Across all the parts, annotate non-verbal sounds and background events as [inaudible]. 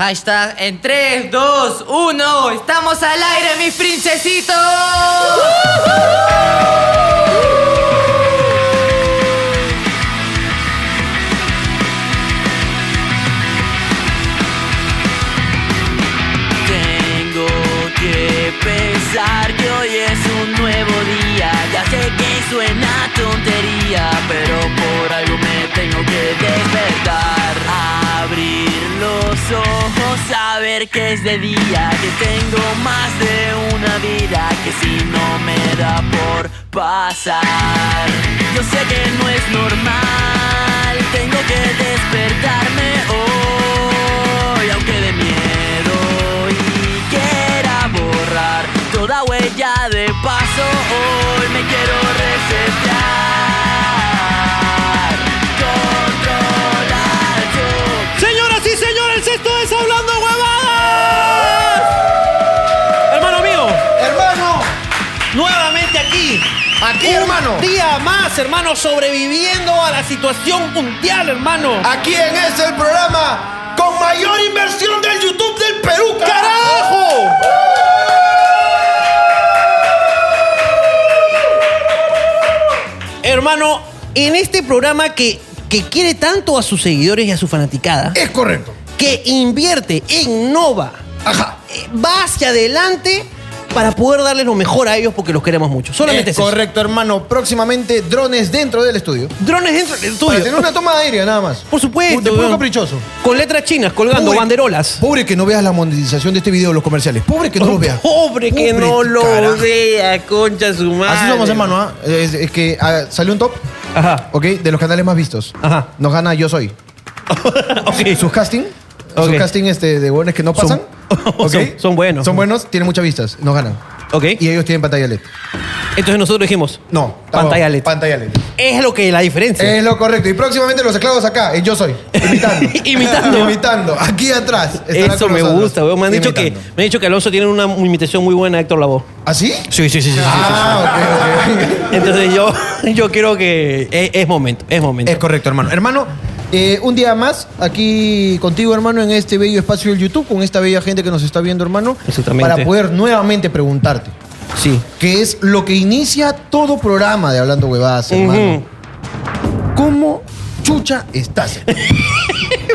Hashtag en 3, 2, 1. Estamos al aire, mis princesitos. Tengo que pensar que hoy es un nuevo día. Ya sé que suena tontería, pero por algo me tengo que despertar. Abrir los ojos, saber que es de día, que tengo más de una vida que si no me da por pasar. Yo sé que no es normal, tengo que despertarme hoy, aunque de miedo y quiera borrar toda huella de paso. Hoy me quiero resetear, controlar yo. Señoras y señores, esto es Hablando Huevadas. Hermano mío, Hermano, nuevamente aquí. aquí Un hermano, día más, hermano, sobreviviendo a la situación mundial, hermano. aquí en este el programa con mayor inversión del YouTube del Perú, carajo. ¡Carajo! Hermano, en este programa que, que quiere tanto a sus seguidores y a su fanaticada, Es correcto. que invierte, innova, Ajá. eh, va hacia adelante para poder darles lo mejor a ellos porque los queremos mucho. Solamente Es es eso. correcto, hermano. Próximamente drones dentro del estudio. Drones dentro del Para tuyo. tener una toma aérea nada más. Por supuesto. Un de puro weón. caprichoso. Con letras chinas colgando Pobre- banderolas. Pobre que no veas la monetización de este video, los comerciales. Pobre que [laughs] no lo veas. Pobre que no lo carajo. vea, concha su madre. Así somos, hermano. ¿ah? Es, es que ah, salió un top, [laughs] Ajá. ¿ok? De los canales más vistos. Ajá. Nos gana Yo Soy. Ok. Sus casting. Ok. Sus casting este, de hueones que no Son- pasan. [laughs] ¿ok? son- son buenos. Son buenos, tienen muchas vistas. Nos ganan. Ok. Y ellos tienen pantalla LED. Entonces nosotros dijimos, No. Pantalla no, LED. Pantalla LED. es lo que la diferencia. Es lo correcto. Y próximamente los esclavos acá, en Yo Soy. Imitando. [laughs] Imitando. Imitando. Aquí atrás. estarán Eso con me nosotros. gusta, weón. Me han dicho que, Imitando. me han dicho que Alonso tiene una imitación muy buena de Héctor Lavoe. ¿Ah, sí? Sí, sí, sí, sí. Ah, ok, ok. Entonces yo, [laughs] yo creo que es, es momento, es momento. Es correcto, hermano. Hermano, eh, un día más aquí contigo, hermano, en este bello espacio del YouTube, con esta bella gente que nos está viendo, hermano, Exactamente. para poder nuevamente preguntarte, sí. que es lo que inicia todo programa de Hablando Huevadas, hermano. Ujú. ¿Cómo chucha estás? hermano?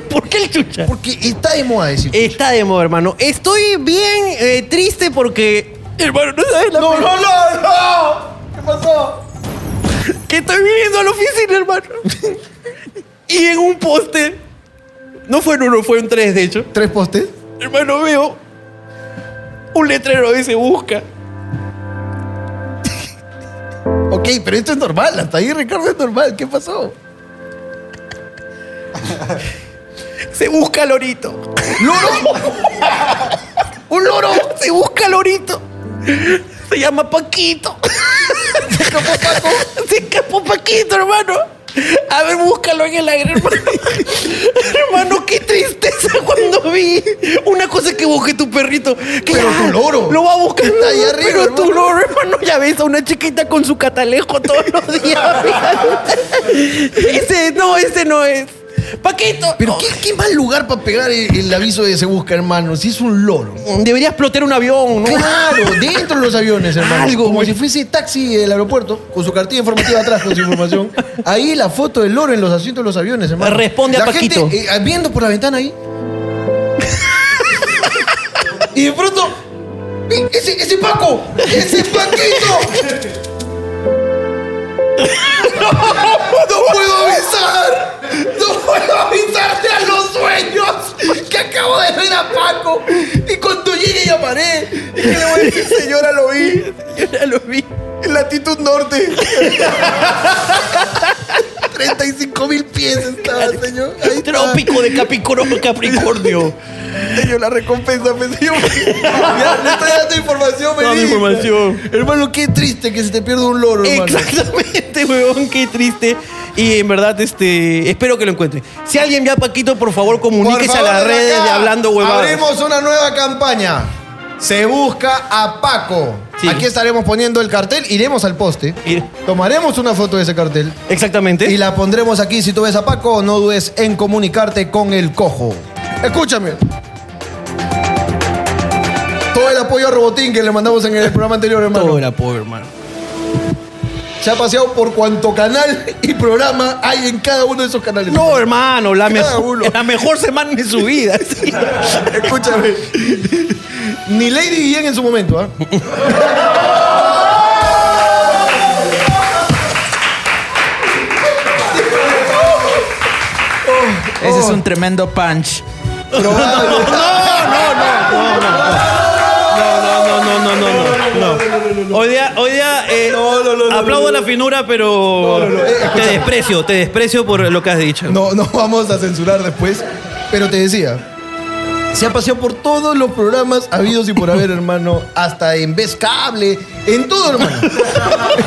¿Por qué el chucha? Porque está de moda decir. Está de moda, hermano. Estoy bien eh, triste porque. Hermano, no sabes la ¡No, pena no, no, no! ¿Qué pasó? que estoy viviendo a la oficina, hermano. [laughs] y en un póster. No fue en uno, fue en tres, de hecho. ¿Tres postes? Hermano, veo. Un letrero dice busca. Ok, pero esto es normal, hasta ahí Ricardo es normal. ¿Qué pasó? Se busca Lorito. ¡Loro! [laughs] ¡Un loro! Se busca Lorito. Se llama Paquito. Se escapó Paco. Se escapó Paquito, hermano. A ver, búscalo en el aire, hermano. hermano, qué tristeza cuando vi una cosa que busque tu perrito. Que Pero ya tu loro. Lo va a buscar. Está ahí arriba, Pero tu hermano. loro, hermano, ya ves a una chiquita con su catalejo todos los días. [laughs] ese no, ese no es. Paquito. Pero qué, qué mal lugar para pegar el, el aviso de se busca, hermano. Si es un loro. Debería explotar un avión, ¿no? [laughs] Claro, dentro de los aviones, hermano. Algo, Como güey. si fuese taxi del aeropuerto, con su cartilla informativa atrás, con su información. Ahí la foto del loro en los asientos de los aviones, hermano. Responde a La gente, Paquito. eh, viendo por la [laughs] ventana ahí. y de pronto. ¡eh, ¡Ese, ese Paco! ¡Ese Paquito! ¡No puedo avisar! ¡No puedo avisarte a los sueños! ¡Que acabo de ver a Paco! Y cuando llegue llamaré. ¿Y qué le voy a decir, señora? Lo vi. Yo ya lo vi. En latitud norte. 35 mil pies estaba, señor. Ahí está. Trópico de [laughs] Capricornio. Capricornio. Señor, la recompensa, pues, señor. [laughs] Ya, le estoy dando información, me Dame dice. información. Hermano, qué triste que se te pierda un loro, hermano. Exactamente, weón, qué triste. Y en verdad, este, espero que lo encuentren. Si alguien ve a Paquito, por favor, Por comuníquese favor, a las desde redes acá, de Hablando Huevadas. Abrimos una nueva campaña. Se busca a Paco. Sí. Aquí estaremos poniendo el cartel, iremos al poste, Ir- tomaremos una foto de ese cartel Exactamente. y la pondremos aquí. Si tú ves a Paco, no dudes en comunicarte con el cojo. Escúchame. Todo el apoyo a Robotín que le mandamos en el programa anterior, hermano. Todo el apoyo, [laughs] hermano. Se ha paseado por cuanto canal y programa hay en cada uno de esos canales. No, hermano, la, Cada mejo- uno. la mejor semana de su vida. sí. [laughs] Escúchame. Ni Lady Guillén en su momento, ¿ah? Ese es un tremendo punch. Probable. No, no, no, no, no, no. Hoy día, hoy día eh, aplaudo la finura, pero te desprecio, te desprecio por lo que has dicho. No, no vamos a censurar después. Pero te decía, se ha paseado por todos los programas habidos y por haber, hermano. Hasta en Vez Cable, en todo, hermano.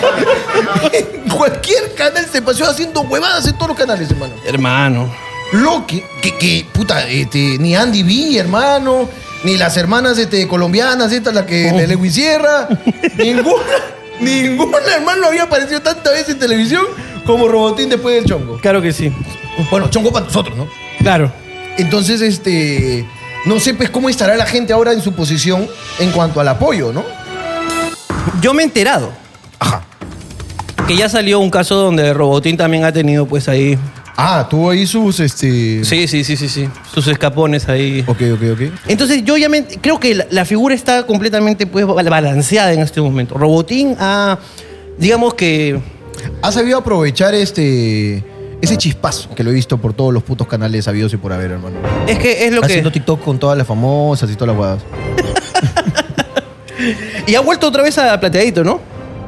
[laughs] en cualquier canal se paseó haciendo huevadas en todos los canales, hermano. Hermano. Lo que, que, que, puta, este, ni Andy B, hermano, ni las hermanas este, colombianas, esta, la que de Lewis Sierra, ninguna, ninguna, hermano, había aparecido tanta vez en televisión como Robotín después del chongo. Claro que sí. Bueno, chongo para nosotros, ¿no? Claro. Entonces, este. No sé, pues, cómo estará la gente ahora en su posición en cuanto al apoyo, ¿no? Yo me he enterado. Que ya salió un caso donde Robotín también ha tenido, pues ahí. Ah, tuvo ahí sus, este. Sí, sí, sí, sí, sí. Sus escapones ahí. Ok, ok, ok. Entonces yo ya me, creo que la, la figura está completamente pues bal- balanceada en este momento. Robotín ha, digamos que Ha sabido aprovechar este. Ese chispazo que lo he visto por todos los putos canales sabidos y por haber, hermano. es que es lo Haciendo que TikTok con todas las famosas y todas las guadas. y ha vuelto otra vez a plateadito, ¿no?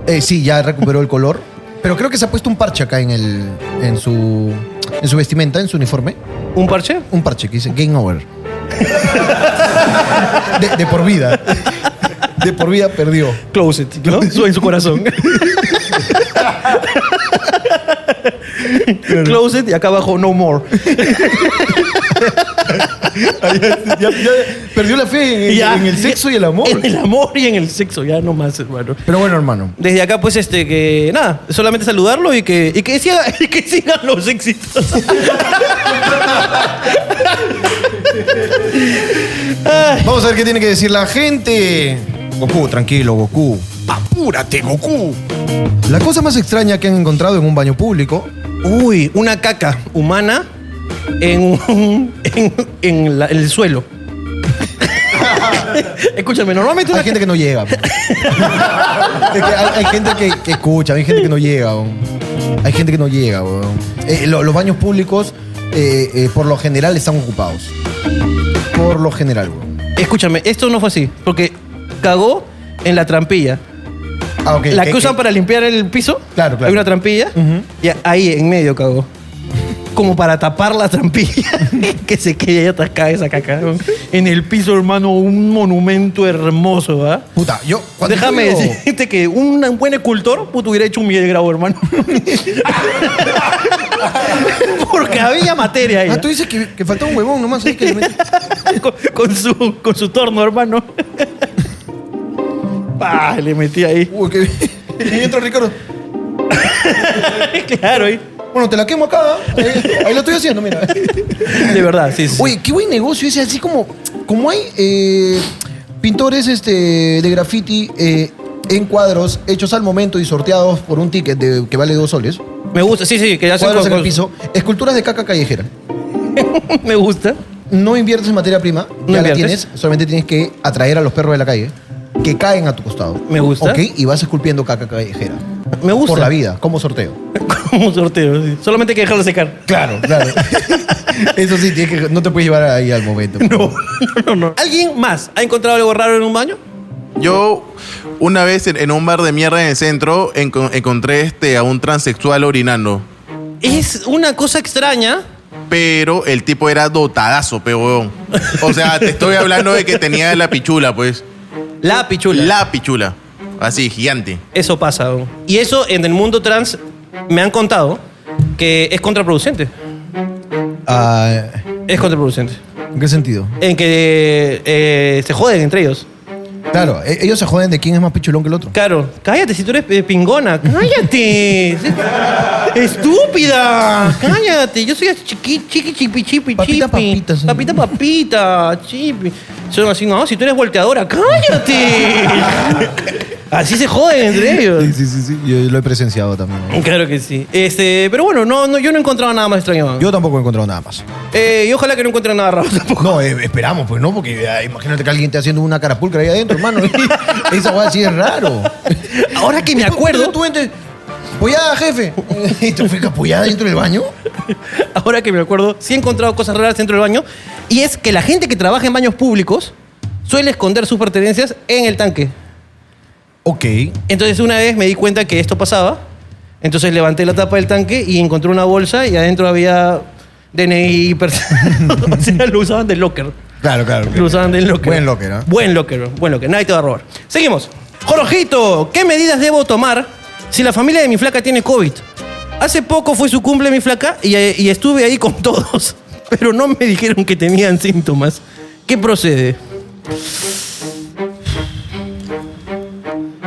Eh, sí, ya recuperó el color. Pero creo que se ha puesto un parche acá en el. en su. en su vestimenta, en su uniforme. Un parche. Un parche que dice Game Over. [laughs] De, de por vida. De por vida perdió. Closet, ¿no? [laughs] Su- en su corazón. Closet y acá abajo no more. Ya- ya perdió la fe en, Ya. en el sexo y el amor. En el amor y en el sexo, ya nomás, hermano. Pero bueno, hermano. Desde acá, pues, este, que nada, solamente saludarlo y que, y que, siga- [laughs] y que sigan los éxitos. Vamos a ver qué tiene que decir la gente. Goku, tranquilo, Goku. Apúrate, Goku. La cosa más extraña que han encontrado en un baño público. Uy, una caca humana en, un- en, en la- en el suelo. [laughs] Escúchame, normalmente una Hay gente que no llega. Es que hay, hay gente que, que escucha, hay gente que no llega. weón. Hay gente que no llega. weón. Eh, lo- los baños públicos, eh, eh, por lo general, están ocupados. Por lo general, weón. Escúchame, esto no fue así, porque cagó en la trampilla. Ah, ok. la ¿Qué- que usan qué? para limpiar el piso. Claro, claro. Hay una trampilla y ahí en medio cagó. Como para tapar la [laughs] trampilla que se quede atascada esa caca. ¿no? En el piso, hermano, un monumento hermoso, ¿ah? Puta, yo. cuando Déjame yo- decirte que un buen escultor puto, hubiera hecho un Miguel Grau, hermano. [laughs] Porque había materia ahí. Ah, tú dices que, que faltó un huevón nomás. ahí [laughs] que le mete- con, con su, con su torno, [laughs] hermano. Pa, le metí ahí. Uy, que... [laughs] Y entra Ricardo. Claro, ¿eh? ahí. Bueno, te la quemo acá. ¿eh? Ahí lo estoy haciendo, mira. De verdad, sí, sí. sí. Oye, qué buen negocio ese, así como, como hay eh, pintores este, de graffiti eh, en cuadros hechos al momento y sorteados por un ticket de- que vale dos soles. Me gusta, sí, sí, que ya se Cuadros en el piso, esculturas de caca callejera. [laughs] Me gusta. No inviertes en materia prima, No ya la inviertes. tienes, solamente tienes que atraer a los perros de la calle que caen a tu costado. Me gusta. Ok, y vas esculpiendo caca callejera. Me gusta. Por la vida, como sorteo. Como sorteo, sí. Solamente hay que dejarlo [laughs] secar. Claro, claro. Eso sí, tienes que- no te puedes llevar ahí al [laughs] momento. No, no, no. ¿Alguien más ha encontrado algo raro en un baño? Yo una vez en, en un bar de mierda en el centro enco- encontré este, a un transexual orinando. Es una cosa extraña. Pero el tipo era dotadazo, pe huevón. O sea, te estoy hablando de que tenía la pichula, pues. La pichula. La pichula. Así, gigante. Eso pasa. ¿no? Y eso en el mundo trans me han contado que es contraproducente. Ah, Es contraproducente. ¿En qué sentido? En que eh, se joden entre ellos. Claro, e- ellos se joden de quién es más pichulón que el otro. Claro, cállate si tú eres eh, pingona. Cállate. Estúpida. Cállate. Yo soy chiqui, chiqui, chipi, chipi, Papita, chipi. papita, sí. Papita, papita, chipi. Son así, no, si tú eres volteadora, cállate. así se joden entre ellos. Sí, sí, sí, sí. Yo lo he presenciado también. Claro que sí. Este, pero bueno, no, no, yo no he encontrado nada más extraño. Yo tampoco he encontrado nada más. Eh, y ojalá que no encuentre nada raro [laughs] tampoco. No, eh, esperamos, pues no, porque ah, imagínate que alguien esté haciendo una carapulcra ahí adentro, hermano. [laughs] Esa weá sí es raro. Ahora que me acuerdo, Tú entres, Pollada, jefe. [laughs] Y tú fijas pollada dentro del baño. ahora que me acuerdo, sí he encontrado cosas raras dentro del baño. Y es que la gente que trabaja en baños públicos suele esconder sus pertenencias en el tanque. Ok. Entonces una vez me di cuenta que esto pasaba. Entonces levanté la tapa del tanque y encontré una bolsa y adentro había DNI. pers- [laughs] o sea, lo usaban de locker. Claro, claro. Lo usaban del locker. ¿eh? Buen locker, ¿ah? Buen locker, buen locker. Nadie te va a robar. Seguimos. Jorojito, ¿qué medidas debo tomar si la familia de mi flaca tiene COVID? Hace poco fue su cumple mi flaca y, y estuve ahí con [laughs] todos, pero no me dijeron que tenían síntomas. ¿Qué procede?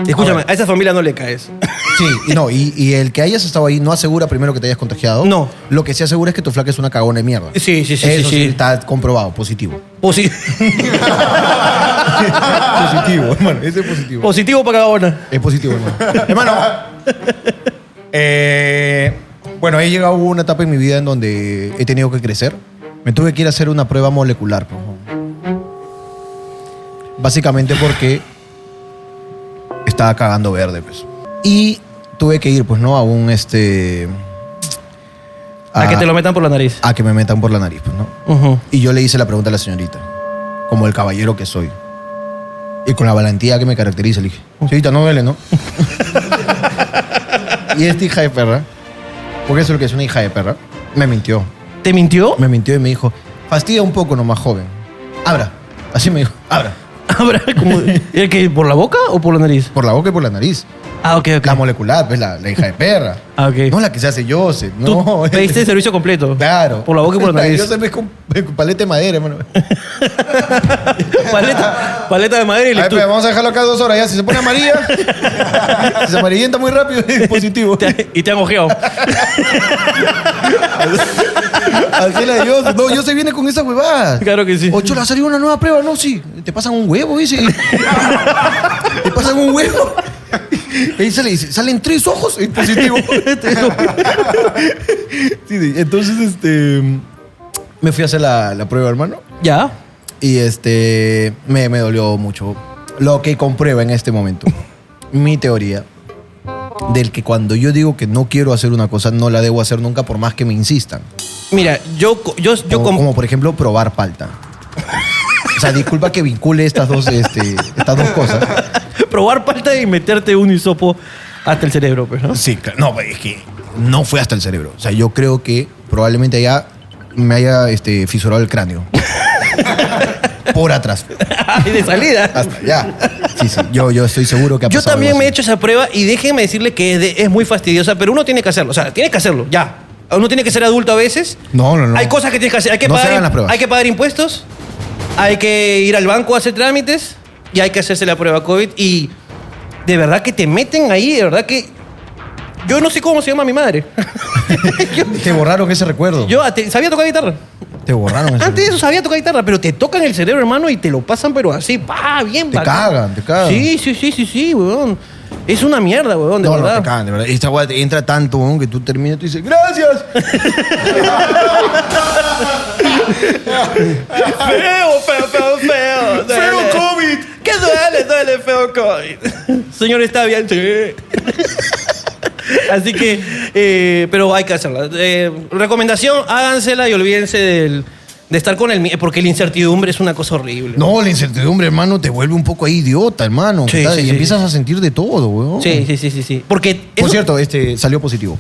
Escúchame, a esa familia no le caes. Sí, y no, y, y el que hayas estado ahí no asegura primero que te hayas contagiado. No. Lo que sí asegura es que tu flaca es una cagona de mierda. Sí, sí, sí, Eso sí, sí. sí está comprobado, positivo. Posi- [laughs] positivo, hermano, ese es positivo. positivo para una. Es positivo, hermano. hermano. eh, bueno, he llegado a una etapa en mi vida en donde he tenido que crecer. Me tuve que ir a hacer una prueba molecular. po. Básicamente porque estaba cagando verde, pues. Y tuve que ir, pues, ¿no? A un este. A que te lo metan por la nariz. a que me metan por la nariz, pues, ¿no? Ujú. Y yo le hice la pregunta a la señorita, como el caballero que soy. Y con la valentía que me caracteriza, le dije, señorita, no duele, ¿no? [laughs] y esta hija de perra, porque eso es lo que es una hija de perra, me mintió. ¿Te mintió? Me mintió y me dijo, fastidia un poco nomás, joven. Abra. Así me dijo, abra. [laughs] Habrá como- ¿El que por la boca o por la nariz? Por la boca y por la nariz. Ah, ok, ok. La molecular, pues la, la hija de perra. Ah, ok. No la que se hace Joseph. Tú No, pediste el servicio completo. Claro. Por la boca y [laughs] por la nariz. Joseph es con, con paleta de madera, hermano. [laughs] paleta, paleta de madera y A ver, tú- pues, vamos a dejarlo acá dos horas ya. Si se pone amarilla, si se amarillenta muy rápido, es [laughs] positivo. te- y te han ojeado. Así la de Dios. No, yo se viene con esas huevadas. Claro que sí. Ocho, le ha salido una nueva prueba. No, sí. Te pasan un huevo, dice. Te pasan un huevo. Y se le dice, salen tres ojos, es positivo. Sí, sí. Entonces, este. Me fui a hacer la, la prueba, hermano. ya. Y este. Me, me dolió mucho. Lo que comprueba en este [laughs] momento. mi teoría. Del que cuando yo digo que no quiero hacer una cosa, no la debo hacer nunca, por más que me insistan. Mira, yo, co- yo, yo como, com- como, por ejemplo, probar palta. O sea, disculpa que vincule estas dos, este, estas dos cosas. [laughs] probar palta y meterte un hisopo hasta el cerebro, pues, ¿no? [laughs] Sí, claro. No, es que no fue hasta el cerebro. O sea, yo creo que probablemente ya me haya este, fisurado el [laughs] cráneo. por atrás. y de salida. Hasta allá. Sí, sí. Yo, yo estoy seguro que ha Yo pasado también algo me he así. hecho esa prueba y déjenme decirle que es, de- es muy fastidiosa, pero uno tiene que hacerlo. O sea, tiene que hacerlo, ya. Uno tiene que ser adulto a veces. No, no, no. Hay cosas que tienes que hacer. Hay que, No se pagar, hagan las pruebas. hay que pagar impuestos, hay que ir al banco a hacer trámites y hay que hacerse la prueba COVID. Y de verdad que te meten ahí, de verdad que. Yo no sé cómo se llama mi madre. [laughs] yo, [laughs] Te borraron ese recuerdo. yo ate- sabía tocar guitarra. Te borraron ese Antes de recuerdo. eso sabía tocar guitarra, pero te tocan el cerebro, hermano, y te lo pasan, pero así, pa, bien, Te bacán. cagan, te cagan. Sí, sí, sí, sí, sí, weón. Es una mierda, weón, de No, no, verdad. te cagan, de verdad. Esta weá te entra tanto, weón, que tú terminas y tú dices, ¡gracias! Feo, feo, feo, feo. Feo COVID. ¿Qué duele? Duele feo COVID. Señor, está bien. Sí. Así que, eh, pero hay que hacerla. Eh, recomendación, hágansela y olvídense del- de estar con el mie- porque la incertidumbre es una cosa horrible. No, la incertidumbre, hermano, te vuelve un poco ahí idiota, hermano. Sí, ¿qué tal? sí, y sí, empiezas sí. a sentir de todo, weón. Sí, sí, sí, sí, sí. Porque Por eso- cierto, este salió [laughs] positivo.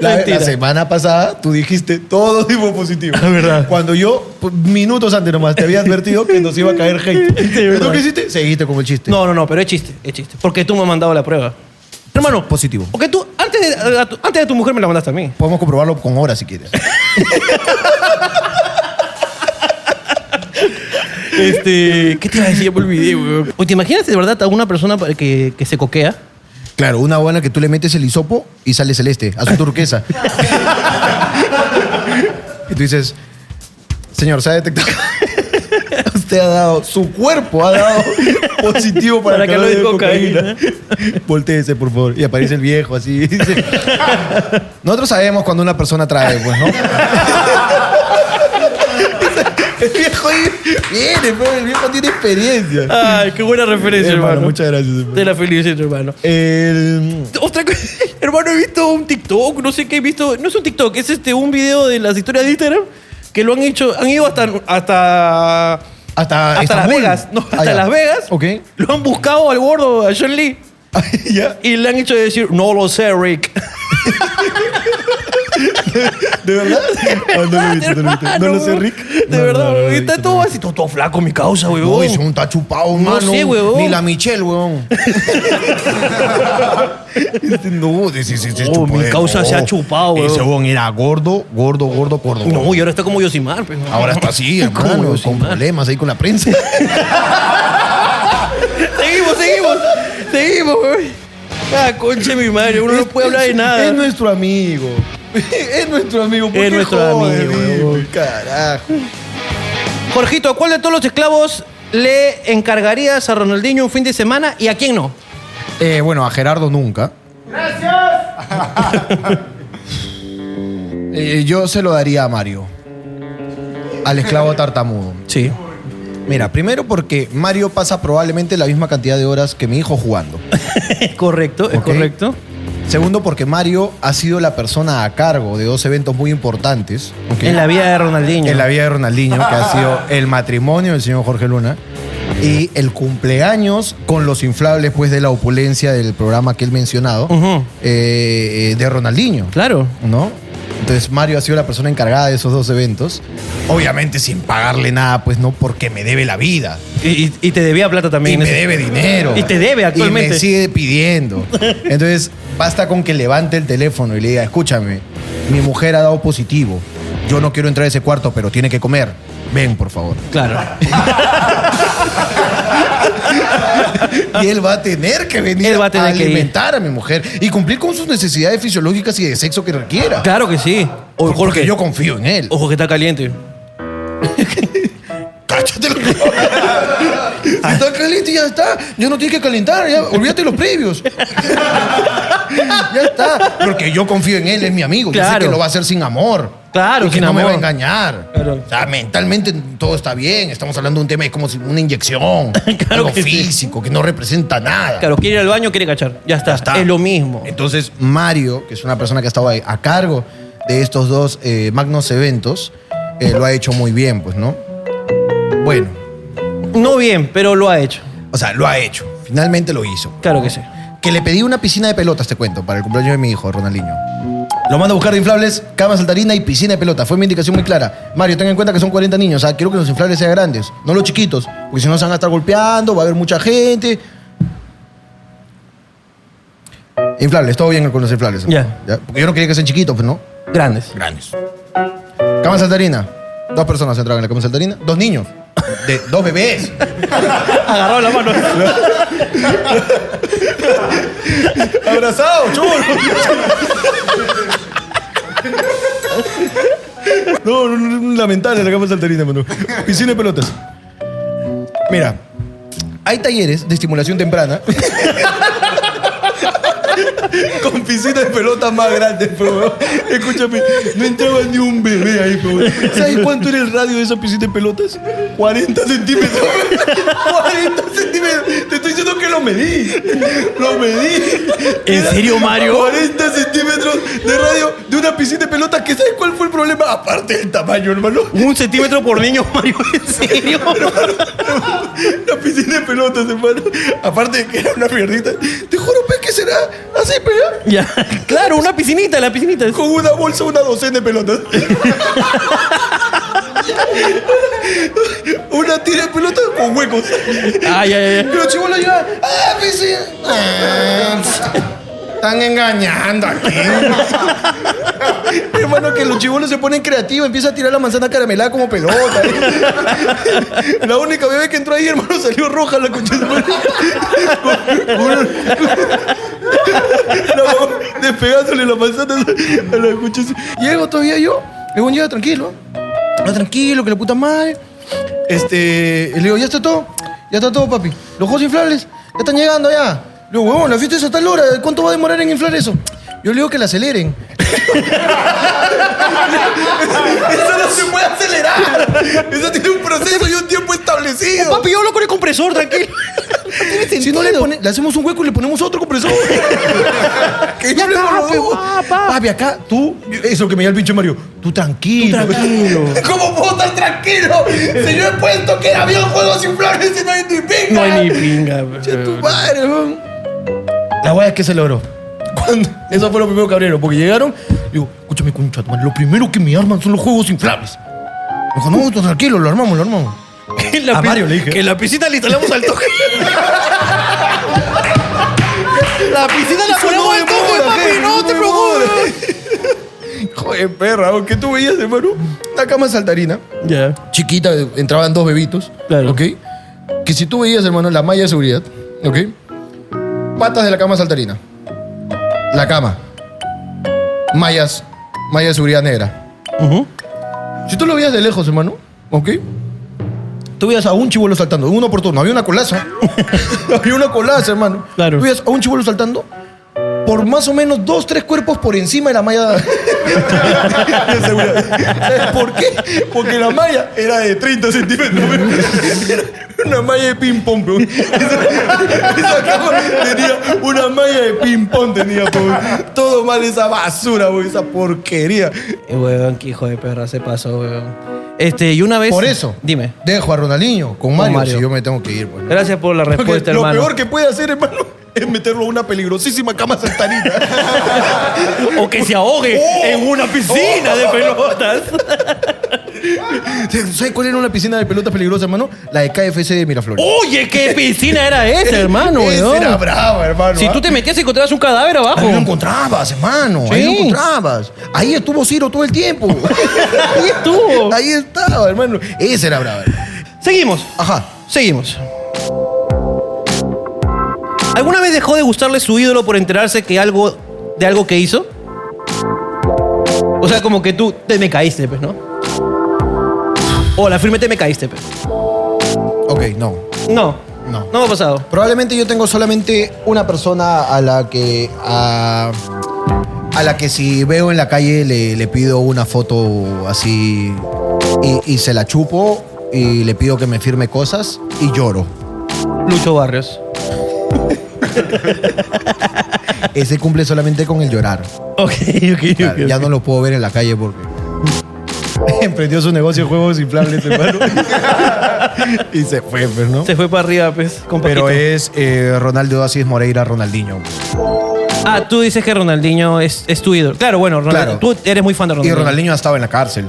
la, Mentira. Ah, la semana pasada tú dijiste todo tipo positivo. Es verdad. Cuando yo, por- minutos antes nomás, te había advertido que nos iba a caer hate. ¿Tú qué hiciste? Seguiste como el chiste. No, no, no, pero es chiste, es chiste. Porque tú me has mandado la prueba. Hermano, Positivo. Porque tú, antes de, a tu- antes de tu mujer me la mandaste a mí. Podemos comprobarlo con horas si quieres. Este, ¿Qué te iba a decir? Ya me olvidé, weón. ¿O te imaginas de verdad a una persona para- que, que se coquea? Claro, una buena que tú le metes el hisopo y sale celeste, a su turquesa. y tú dices, señor, ¿se ha detectado? [laughs] Usted ha dado, su cuerpo ha dado positivo para, Para calor calor de de cocaína. Voltéese, por favor. Y aparece el viejo así. y dice, Nosotros sabemos cuando una persona trae, pues, ¿no? [laughs] el viejo ahí viene, pero el viejo tiene experiencia. Ay, qué buena referencia, Ah, hermano. muchas gracias. Te hermano. la felicito, hermano. El... Otra cosa, [laughs] hermano, he visto un TikTok, no sé qué he visto. No es un TikTok, es este un video de las historias de Instagram que lo han hecho, han ido hasta hasta Hasta, hasta Las Ah, Estambul. Vegas, no, Ah, hasta ya. Las Vegas. Ok. [laughs] Lo han buscado al gordo, a Sean Lee. Ah, ya. Y le han hecho decir, no lo sé, Rick. ¿De [laughs] verdad? Ah, no, lo he visto, no lo he visto. No lo sé, hermano. Rick. De No, verdad, no, no lo he está visto, todo no lo he así, todo, todo flaco mi causa, visto. No, ese weón. un está chupado, No mano. sé, huevón. Ni la Michelle, [laughs] huevón. Este, no, de- sí, sí, sí, Oh, chupó, mi eh, causa se ha chupado, huevón. Ese huevón era gordo, gordo, gordo, gordo. No, gordo. y ahora está como Yosimar. pues, no. Ahora está así, hermano, [laughs] ¿Cómo, con sí, man? problemas ahí con [laughs] la prensa. Seguimos, seguimos. Seguimos, weón. Ah, conche mi madre, uno no puede hablar de Es nada. nuestro amigo. [laughs] Es nuestro amigo. ¿Por Es qué nuestro jode, amigo, dime, huevón. Carajo. Jorgito, ¿a cuál de todos los esclavos le encargarías a Ronaldinho un fin de semana y a quién no? Eh, bueno, a Gerardo nunca. ¡Gracias! Eh, yo se lo daría a Mario. Al esclavo tartamudo. Sí. Mira, primero porque Mario pasa probablemente la misma cantidad de horas que mi hijo jugando. Es correcto, es Ok. correcto. Segundo porque Mario ha sido la persona a cargo de dos eventos muy importantes. ok, En la vida de Ronaldinho. en la vida de Ronaldinho, que [laughs] ha sido el matrimonio del señor Jorge Luna. Y el cumpleaños con los inflables, pues, de la opulencia del programa que él mencionado, Ujú. eh, eh, de Ronaldinho. Claro. ¿no? Entonces Mario ha sido la persona encargada de esos dos eventos. Obviamente sin pagarle nada, pues no, porque me debe la vida. Y, y- y te debía plata también. Y en me ese- debe dinero. Y te debe actualmente. Y me sigue pidiendo. Entonces basta con que levante el teléfono y le diga, escúchame, mi mujer ha dado positivo. Yo no quiero entrar a ese cuarto, pero tiene que comer. Ven, por favor. Claro. Y él va a tener que venir Él va a tener que ir. alimentar a mi mujer y cumplir con sus necesidades fisiológicas y de sexo que requiera. Claro que sí. O Porque Jorge. yo confío en él. Ojo que está caliente. Cállate los Si está caliente, ya está. Ya no tienes que calentar, ya. Olvídate los previos. ya está. Porque yo confío en él, es mi amigo. Yo sé Claro. que lo va a hacer sin amor. Claro, y que sin no me va a amor. engañar. Claro. O sea, mentalmente todo está bien. Estamos hablando de un tema, es como si [laughs] una inyección. algo que sí. físico, que no representa nada. Claro, quiere ir al baño, quiere cachar. Ya está. Ya está. Es lo mismo. Entonces, Mario, que es una persona que ha estado ahí a cargo de estos dos eh, magnos eventos, eh, lo ha hecho muy bien, pues, ¿no? Bueno, No bien, pero lo ha hecho. o sea, lo ha hecho. Finalmente lo hizo. Claro que sí. que le pedí una piscina de pelotas, te cuento, para el cumpleaños de mi hijo, Ronaldinho. Lo mando a buscar de inflables, cama saltarina y piscina de pelota. Fue mi indicación muy clara. Mario, tenga en cuenta que son 40 niños. O sea, quiero que los inflables sean grandes, no los chiquitos. Porque si no, se van a estar golpeando, va a haber mucha gente. Inflables, todo bien con los inflables. ¿no? Ya. Porque yo no quería que sean chiquitos, pues no. Grandes. Grandes. Cama saltarina. Dos personas entraban en la cama saltarina. Dos niños. De, dos bebés. Agarrado la mano. Abrazado, chulo. No, no, no, lamentable la cama saltarina, mano. Piscina de pelotas. Mira, hay talleres de estimulación temprana. Con piscina de pelotas más grandes, pero escúchame, no entraba ni un bebé ahí, pero ¿Sabes cuánto era el radio de esa piscina de pelotas? 40 centímetros. [laughs] 40 centímetros. Te estoy diciendo que lo medí. Lo medí. ¿En serio, Mario? 40 centímetros de radio de una piscina de pelotas que ¿sabes cuál fue el problema? Aparte del tamaño, hermano. [laughs] Un centímetro por niño, [laughs] Mario. ¿En serio? Una piscina de pelotas, hermano. Aparte de que era una piernita. Te juro, pues, que será así, ¿eh? pero ya, [laughs] ya. Claro, una piscinita, la piscinita. con una bolsa, una docena de pelotas. una tira de pelotas con huecos. Ay, ay, ay. Y los chibolos llegaban, ¡ah, [laughs] piscina! Ah, Están engañando aquí. [laughs] Hermano, que los chibolos se ponen creativos, empieza a tirar la manzana caramelada como pelota. [laughs] La única bebé que entró ahí, hermano, salió roja la [laughs] concha. de su madre. La mamá Despegándole la manzana a la concha. de su- Llego todavía yo, es un día tranquilo. No, tranquilo, que la puta madre. Este, y le digo, ya está todo, ya está todo, papi. Los juegos inflables, ya están llegando ya. Le digo, huevón, la fiesta es a tal hora, ¿cuánto va a demorar en inflar eso? Yo le digo que la aceleren. Eso no se puede acelerar. Eso tiene un proceso y un tiempo establecido. Oh, Papi, yo hablo con el compresor, tranquilo. Si no le, pone- le hacemos un hueco y le ponemos otro compresor. Que ya yo le está, conozco. pe, huevón. Papi, acá tú, eso que me dio el pinche Mario, tú tranquilo. tranquilo. [laughs] ¿Cómo puedo estar tranquilo? Si yo he puesto que había un juego sin flores y no hay ni pinga. No hay ni [laughs] pinga. Tu madre, weón. La weá es que se logró. Cuando- Eso fue lo primero que abrieron, porque llegaron. Digo, escúchame, concha, tu madre, lo primero que me arman son los juegos inflables. Me dijo, no, tú tranquilo, lo armamos, lo armamos. Que la A pi- Mario le dije. Que la piscina le instalamos al toque. [laughs] la piscina la ponemos al toque, papi, no te preocupes. [laughs] Joder, perra, ¿o ¿qué tú veías, hermano? Una cama saltarina, Ya. chiquita, entraban dos bebitos, Claro. ¿ok? Que si tú veías, hermano, la malla de seguridad, ¿ok? Patas de la cama saltarina. La cama. Mallas, malla de seguridad negra. Si tú lo veías de lejos, hermano, ¿ok? Tú veías a un chivolo saltando, uno por turno. Había una colaza. [laughs] había una colaza, hermano. Claro. Tú veías a un chivolo saltando por más o menos dos, tres cuerpos por encima de la malla [laughs] de seguridad. ¿Sabes por qué? Porque la malla era de 30 centímetros. Era una malla de ping-pong, weón. Esa, esa cama tenía una malla de ping-pong, tenía, weón. Todo mal esa basura, weón, esa porquería. Eh, weón, qué hijo de perra se pasó, weón. Este, y una vez. Por eso. Dime. Dejo a Ronaldinho con Mario, Mario. Eh. si yo me tengo que ir, pues. Gracias por la Porque respuesta, lo hermano. peor que puede hacer, hermano, es meterlo a una peligrosísima cama saltarina. O que se ahogue Oh. en una piscina de pelotas. ¿Sabes cuál era una piscina de pelotas peligrosa, hermano? La de KFC de Miraflores. Oye, qué piscina era [laughs] esa, Este, hermano, Esa weón. era brava, hermano. Si ¿ah? tú te metías y encontrabas un cadáver abajo. Ahí lo encontrabas, hermano. Ahí lo Sí. encontrabas. Ahí estuvo Ciro todo el tiempo. [laughs] Ahí estuvo. Ahí estaba, hermano. Esa era brava. Seguimos, Ajá. seguimos. ¿Alguna vez dejó de gustarle su ídolo por enterarse que algo de algo que hizo? O sea, como que tú te me caíste, pues, ¿no? O la firme te me caíste, pues. Ok, no. No. No. No me ha pasado. Probablemente yo tengo solamente una persona a la que. A, a la que si veo en la calle le, le pido una foto así y, y se la chupo y le pido que me firme cosas y lloro. Lucho Barrios. Ese cumple solamente con el llorar. Ok, ok, Claro, ya no lo puedo ver en la calle porque. [laughs] Emprendió su negocio de juegos [laughs] inflables, hermano. y se fue, pues, ¿no? Se fue para arriba, pues, con Pero Paquito. es eh, Ronaldo Asís Moreira, Ronaldinho. Ah, tú dices que Ronaldinho es, es tu ídolo. Claro, bueno, Ronaldinho, Claro. tú eres muy fan de Y Ronaldinho. Ronaldinho ha estado en la cárcel.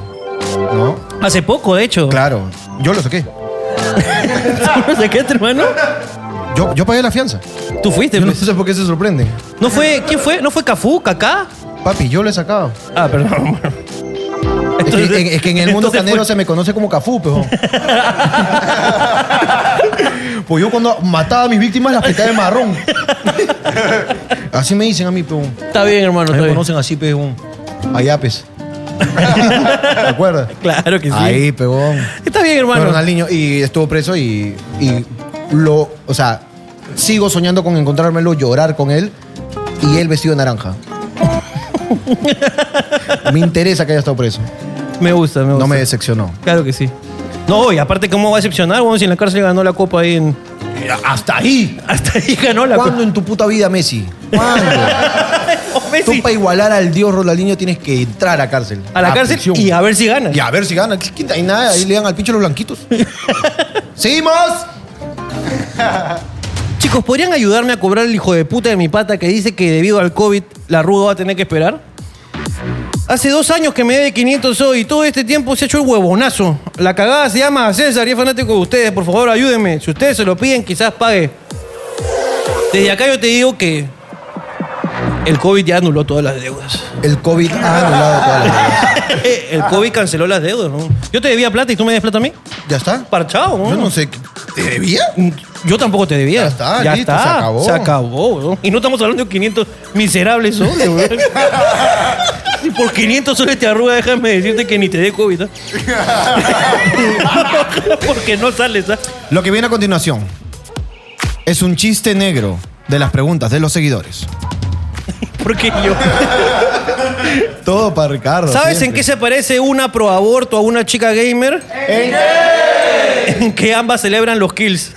¿No? Hace poco, de hecho. [laughs] Claro. Yo lo saqué. ¿Tú no sé qué, hermano? Yo, yo pagué la fianza. Tú fuiste, Yo no pues. sé por qué se sorprenden. ¿No fue? ¿Quién fue? ¿No fue Cafú? ¿Kaká? Papi, yo lo he sacado. Ah, perdón. Es que, en- es que en el mundo Entonces canero fue- se me conoce como [laughs] Cafú, pejo. pues yo cuando mataba a mis víctimas las pintaba de marrón. [laughs] así me dicen a mí, pejo. Está bien, hermano. A mí Está me bien. conocen así, peón. Allá, [laughs] pues. ¿Te acuerdas? Claro que sí. Ahí, peón. Está bien, hermano. Ronaldinho. Y estuvo preso y, y lo. O sea, sigo soñando con encontrármelo, llorar con él y él vestido [laughs] de naranja. me interesa que haya estado preso. Me gusta, me gusta. No me decepcionó. Claro que sí. No, y aparte, ¿cómo va a decepcionar? Bueno, si en la cárcel ganó la copa ahí en... ¡Hasta ahí! Hasta ahí ganó la ¿Cuándo en tu puta vida, Messi? [laughs] ¿Cuándo? copa. Oh, Tú Messi. para igualar al dios Ronaldinho tienes que entrar a cárcel. A la cárcel prisión. y a ver si gana. Y a ver si gana. ¿Qué- qué- Hay nada, ahí le dan al pinche [laughs] los blanquitos. ¡Seguimos! Chicos, ¿podrían ayudarme a cobrar el hijo de puta de mi pata que dice que debido al COVID la ruda va a tener que esperar? Hace dos años que me debe 500 hoy y todo este tiempo se ha hecho el huevonazo. La cagada se llama César y es fanático de ustedes. Por favor, ayúdenme. Si ustedes se lo piden, quizás pague. Desde acá yo te digo que El COVID ya anuló todas las deudas. [laughs] El COVID ha anulado todas [laughs] las cosas. El COVID canceló las deudas, ¿no? Yo te debía plata y tú me debías plata a mí. ¿Ya está? Parchado, ¿no? Yo no sé. qué- ¿Te debía? Yo tampoco te debía. Ya está, listo, se acabó. Se acabó, weón. Y no estamos hablando de 500 miserables soles, [laughs] weón. Si por 500 soles te arruga, déjame decirte que ni te dé COVID, ¿ah? [laughs] Porque no sales, ¿ah? Lo que viene a continuación es un chiste negro de las preguntas de los seguidores. Porque yo... Todo para Ricardo. ¿Sabes en qué se parece una pro aborto a una chica gamer? ¿En que ambas celebran los [laughs] kills.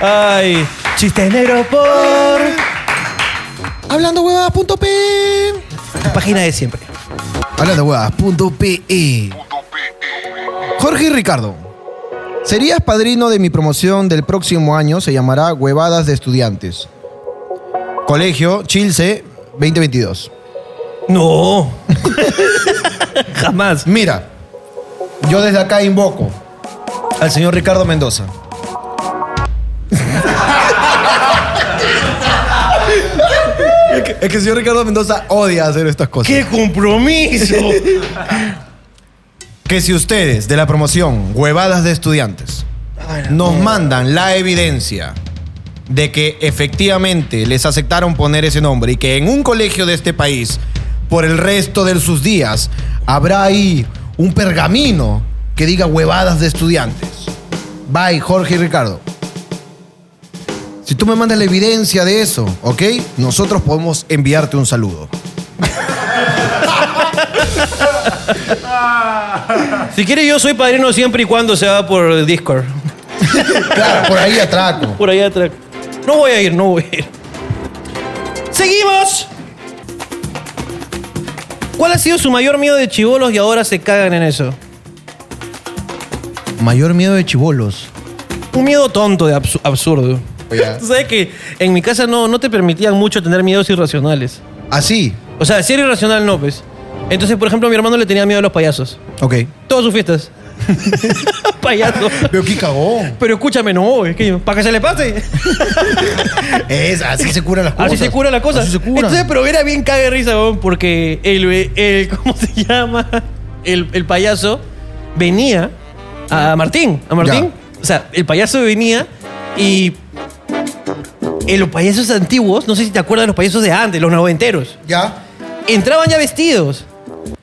Ay, chiste negro por Hablando huevadas.p. página de siempre. Hablando huevadas.pe. Jorge y Ricardo. Serías padrino de mi promoción del próximo año, se llamará Huevadas de Estudiantes. Colegio Chilce 2022. No. [laughs] Jamás. Mira, yo desde acá invoco al señor Ricardo Mendoza. Es que- Es que el señor Ricardo Mendoza odia hacer estas cosas. ¡Qué compromiso! Que si ustedes de la promoción Huevadas de Estudiantes nos mandan la evidencia de que efectivamente les aceptaron poner ese nombre y que en un colegio de este país, por el resto de sus días, habrá ahí un pergamino que diga Huevadas de Estudiantes. Bye, Jorge y Ricardo. Si tú me mandas la evidencia de eso, ¿ok? Nosotros podemos enviarte un saludo. Si quieres, yo soy padrino siempre y cuando sea por Discord. Claro, por ahí atraco. Por allá atrás. No voy a ir, no voy a ir. ¡Seguimos! ¿Cuál ha sido su mayor miedo de chivolos y ahora se cagan en eso? Mayor miedo de chivolos. Un miedo tonto de absu- absurdo. Tú sabes que en mi casa no, no te permitían mucho tener miedos irracionales. Así. O sea, si era irracional, no, pues. Entonces, por ejemplo, a mi hermano le tenía miedo a los payasos. Ok. Todas sus [laughs] fiestas. Payaso. Pero qué cagón. Pero escúchame, no, es que para que se le pase. [laughs] Es, así se curan las cosas. Así se cura la cosa. Así se cura. Entonces, pero era bien cague de risa, weón, porque el, el- ¿cómo se llama? El, el payaso venía a Martín, a Martín. O sea, el payaso venía y en los payasos antiguos, no sé si te acuerdas de los payasos de antes, los noventeros, ya. entraban ya vestidos.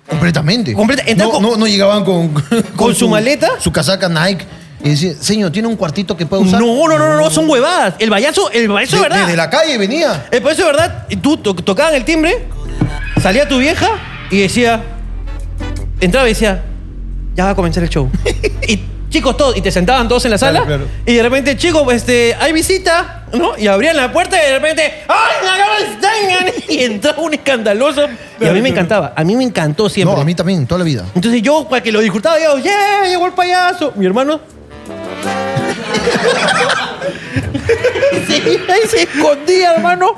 Completamente. Completa- entra no, con- no, no llegaban con, [laughs] con, su maleta? Su casaca Nike. Y decía, señor, ¿tiene un cuartito que pueda usar? No, no, no, no, no, son huevadas. El payaso, el payaso de De- verdad. Desde la calle venía. El payaso de verdad, y tú to- tocaban el timbre, salía tu vieja y decía, entraba y decía, ya va a comenzar el [laughs] show. y chicos todos, y te sentaban todos en la sala, claro. y de repente, chicos, este, hay visita, ¿no? Y abrían la puerta y de repente, ¡ay, la cama está en-! [laughs] Y entraba un escandaloso. Y a mí me encantaba, a mí me encantó siempre. No, a mí también, toda la vida. Entonces yo, para que lo disfrutaba, yo, ¡yeah! Llegó el payaso. Mi [laughs] hermano. se, ahí se escondía, hermano.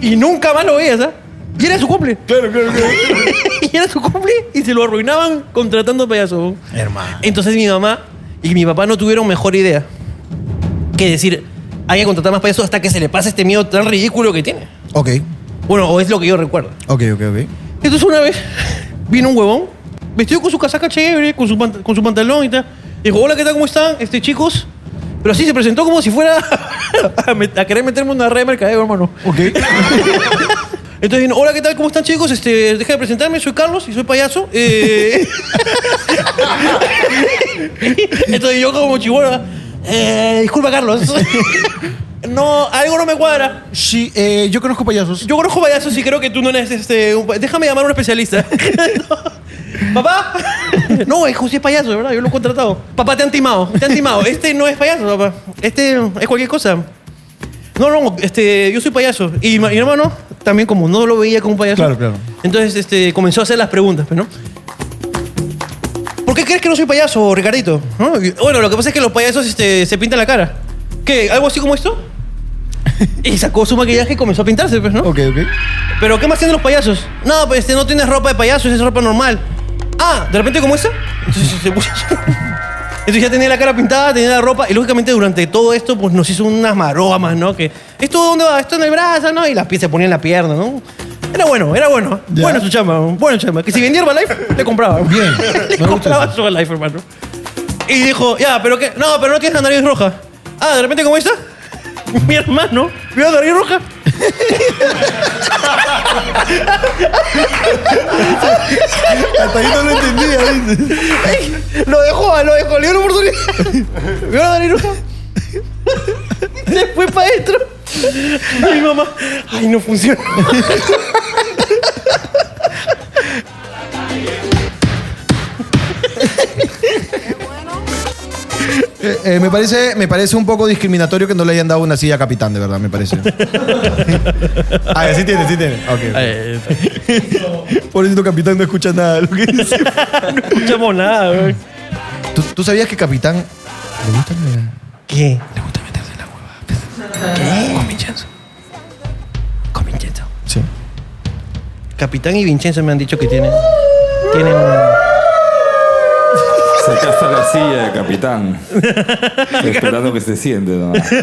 Y nunca más lo veías, ¿ah? Y era su cumple. Claro, claro, claro. [laughs] y era su cumple y se lo arruinaban contratando payaso. Hermano. Entonces mi mamá y mi papá no tuvieron mejor idea que decir, hay que contratar más payasos hasta que se le pase este miedo tan ridículo que tiene. Ok. Bueno, o es lo que yo recuerdo. Ok, ok, ok. Entonces una vez vino un huevón, vestido con su casaca chévere, con su, pant- con su pantalón y tal. Y dijo, hola, ¿qué tal? ¿Cómo están? Este, chicos. Pero así se presentó como si fuera [laughs] a, met- a querer meterme una red de mercadeo, hermano. Ok. [laughs] Entonces, vino, hola, ¿qué tal? ¿Cómo están, chicos? Este, deja de presentarme, soy Carlos y soy payaso. Eh... Entonces yo como chibola, eh, disculpa, Carlos. [laughs] no, algo no me cuadra. Sí, eh, yo conozco payasos. Yo conozco payasos y creo que tú no eres este. un pa- Déjame llamar a un [laughs] especialista. ¿Papá? No, es José es payaso, de ¿verdad? Yo lo he contratado. Papá, te han timado. Te han [laughs] timado. Este no es payaso, papá. Este es cualquier cosa. No, no, este, yo soy payaso. Y ma- mi hermano también, como no lo veía como payaso. Claro, claro. Entonces este, comenzó a hacer las preguntas, pues, ¿no? ¿Por qué crees que no soy payaso, Ricardito? ¿No? Y, Bueno, lo que pasa es que los payasos este, se pintan la cara. ¿Qué? ¿Algo así como esto? Y sacó su maquillaje y comenzó a pintarse, pues, ¿no? Ok, ok. ¿Pero qué más tienen los payasos? No, pues este, no tienes ropa de payasos, es ropa normal. Ah, ¿de repente como esa? Entonces se puso- Entonces ya tenía la cara pintada, tenía la ropa, y lógicamente durante todo esto, pues nos hizo unas maromas, ¿no? Que, ¿esto dónde va? Esto en el brazo, ¿no? Y las piezas se ponían en la pierna, ¿no? Era bueno, era bueno. Bueno su chamba, bueno su chamba. Que si vendía Herbalife, le compraba. [laughs] Bien, le me gusta compraba eso. su Herbalife, hermano. Y dijo, ya, pero qué, no, pero no tienes la nariz roja. Ah, de repente, ¿cómo está? [laughs] Mi hermano, ¿vio la nariz roja? Hasta ahí no lo entendía. dice. Lo dejó, lo dejó, le dio una [laughs] oportunidad. Vio la nariz roja. Después para adentro. Ay, mamá. Ay, [laughs] no funciona. Eh, eh, me, parece, me parece un poco discriminatorio que no le hayan dado una silla a capitán, de verdad, me parece. [laughs] ah, sí tiene, sí tiene. Ok. [laughs] Pobrecito capitán no escucha nada de lo que dice. No escuchamos nada, güey. ¿Tú, tú sabías que capitán le gusta el- ¿Qué? pues. Con Vincenzo. Sí. Capitán y Vincenzo me han dicho que tienen. Tienen. Sacaste la silla de capitán. Esperando que se siente. ¿no? Este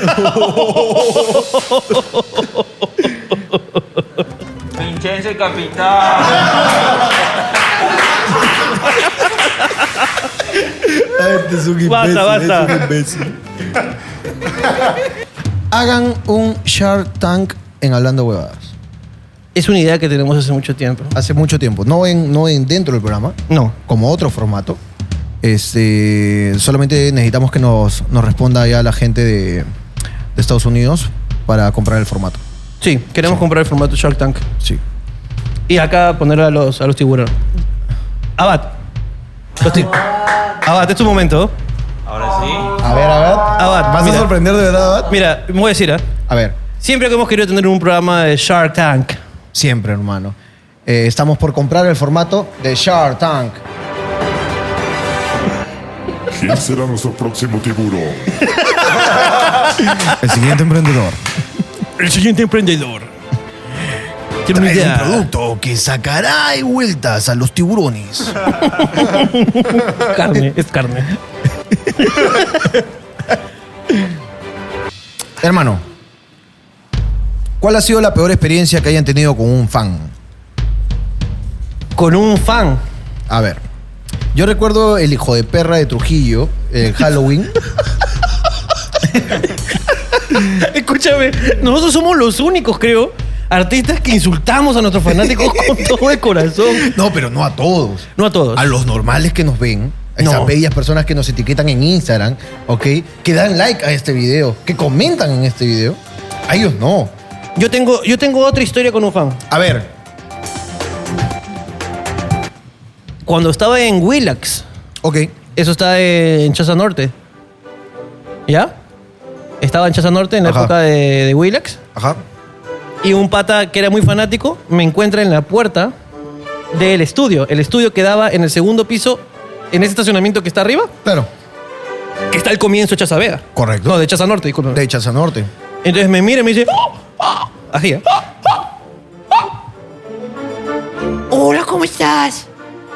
Vincenzo capitán. Basta, este basta. Hagan un Shark Tank en Hablando Huevadas. Es una idea que tenemos hace mucho tiempo. Hace mucho tiempo. No en, no en dentro del programa. No. Como otro formato. Este, solamente necesitamos que nos, nos responda ya la gente de, de Estados Unidos para comprar el formato. Sí, queremos comprar el formato Shark Tank. Sí. Y acá poner a los, a los tiburones. Abad. Los ti- Abad, es tu momento. A ver, a ver. Abad, ¿Vas mira. a sorprender de verdad, Abad? Mira, me voy a decir, ¿ah? A ver, siempre que hemos querido tener un programa de Shark Tank. siempre, hermano. Eh, estamos por comprar el formato de Shark Tank. ¿Quién será nuestro próximo tiburón? El siguiente emprendedor. El siguiente emprendedor. Tiene una Trae un idea. producto que sacará de vueltas a los tiburones. Carne, es carne. Hermano, ¿cuál ha sido la peor experiencia que hayan tenido con un fan? Con un fan. A ver, yo recuerdo el hijo de perra de Trujillo, [laughs] el Halloween. [laughs] Escúchame, nosotros somos los únicos, creo, artistas que insultamos a nuestros [laughs] fanáticos con todo el corazón. no, pero no a todos. No a todos. A los normales que nos ven, a esas No. bellas personas que nos etiquetan en Instagram, ¿ok? Que dan like a este video, que comentan en este video. A ellos no. Yo tengo, yo tengo otra historia con un fan. A ver, Cuando estaba en Willax, ok. eso está en Chaza Norte. ¿Ya? Estaba en Chaza Norte en la Ajá. época de, de Willax. Ajá. Y un pata que era muy fanático me encuentra en la puerta del estudio. El estudio quedaba en el segundo piso, en ese estacionamiento que está arriba, Claro, que está al comienzo de Chaza Vega. Correcto. No, de Chaza Norte, disculpa. de Chaza Norte. Entonces me mira y me dice. "Ah, ah", Así, ¿eh? "Ah, ah, ah". Hola, ¿cómo estás?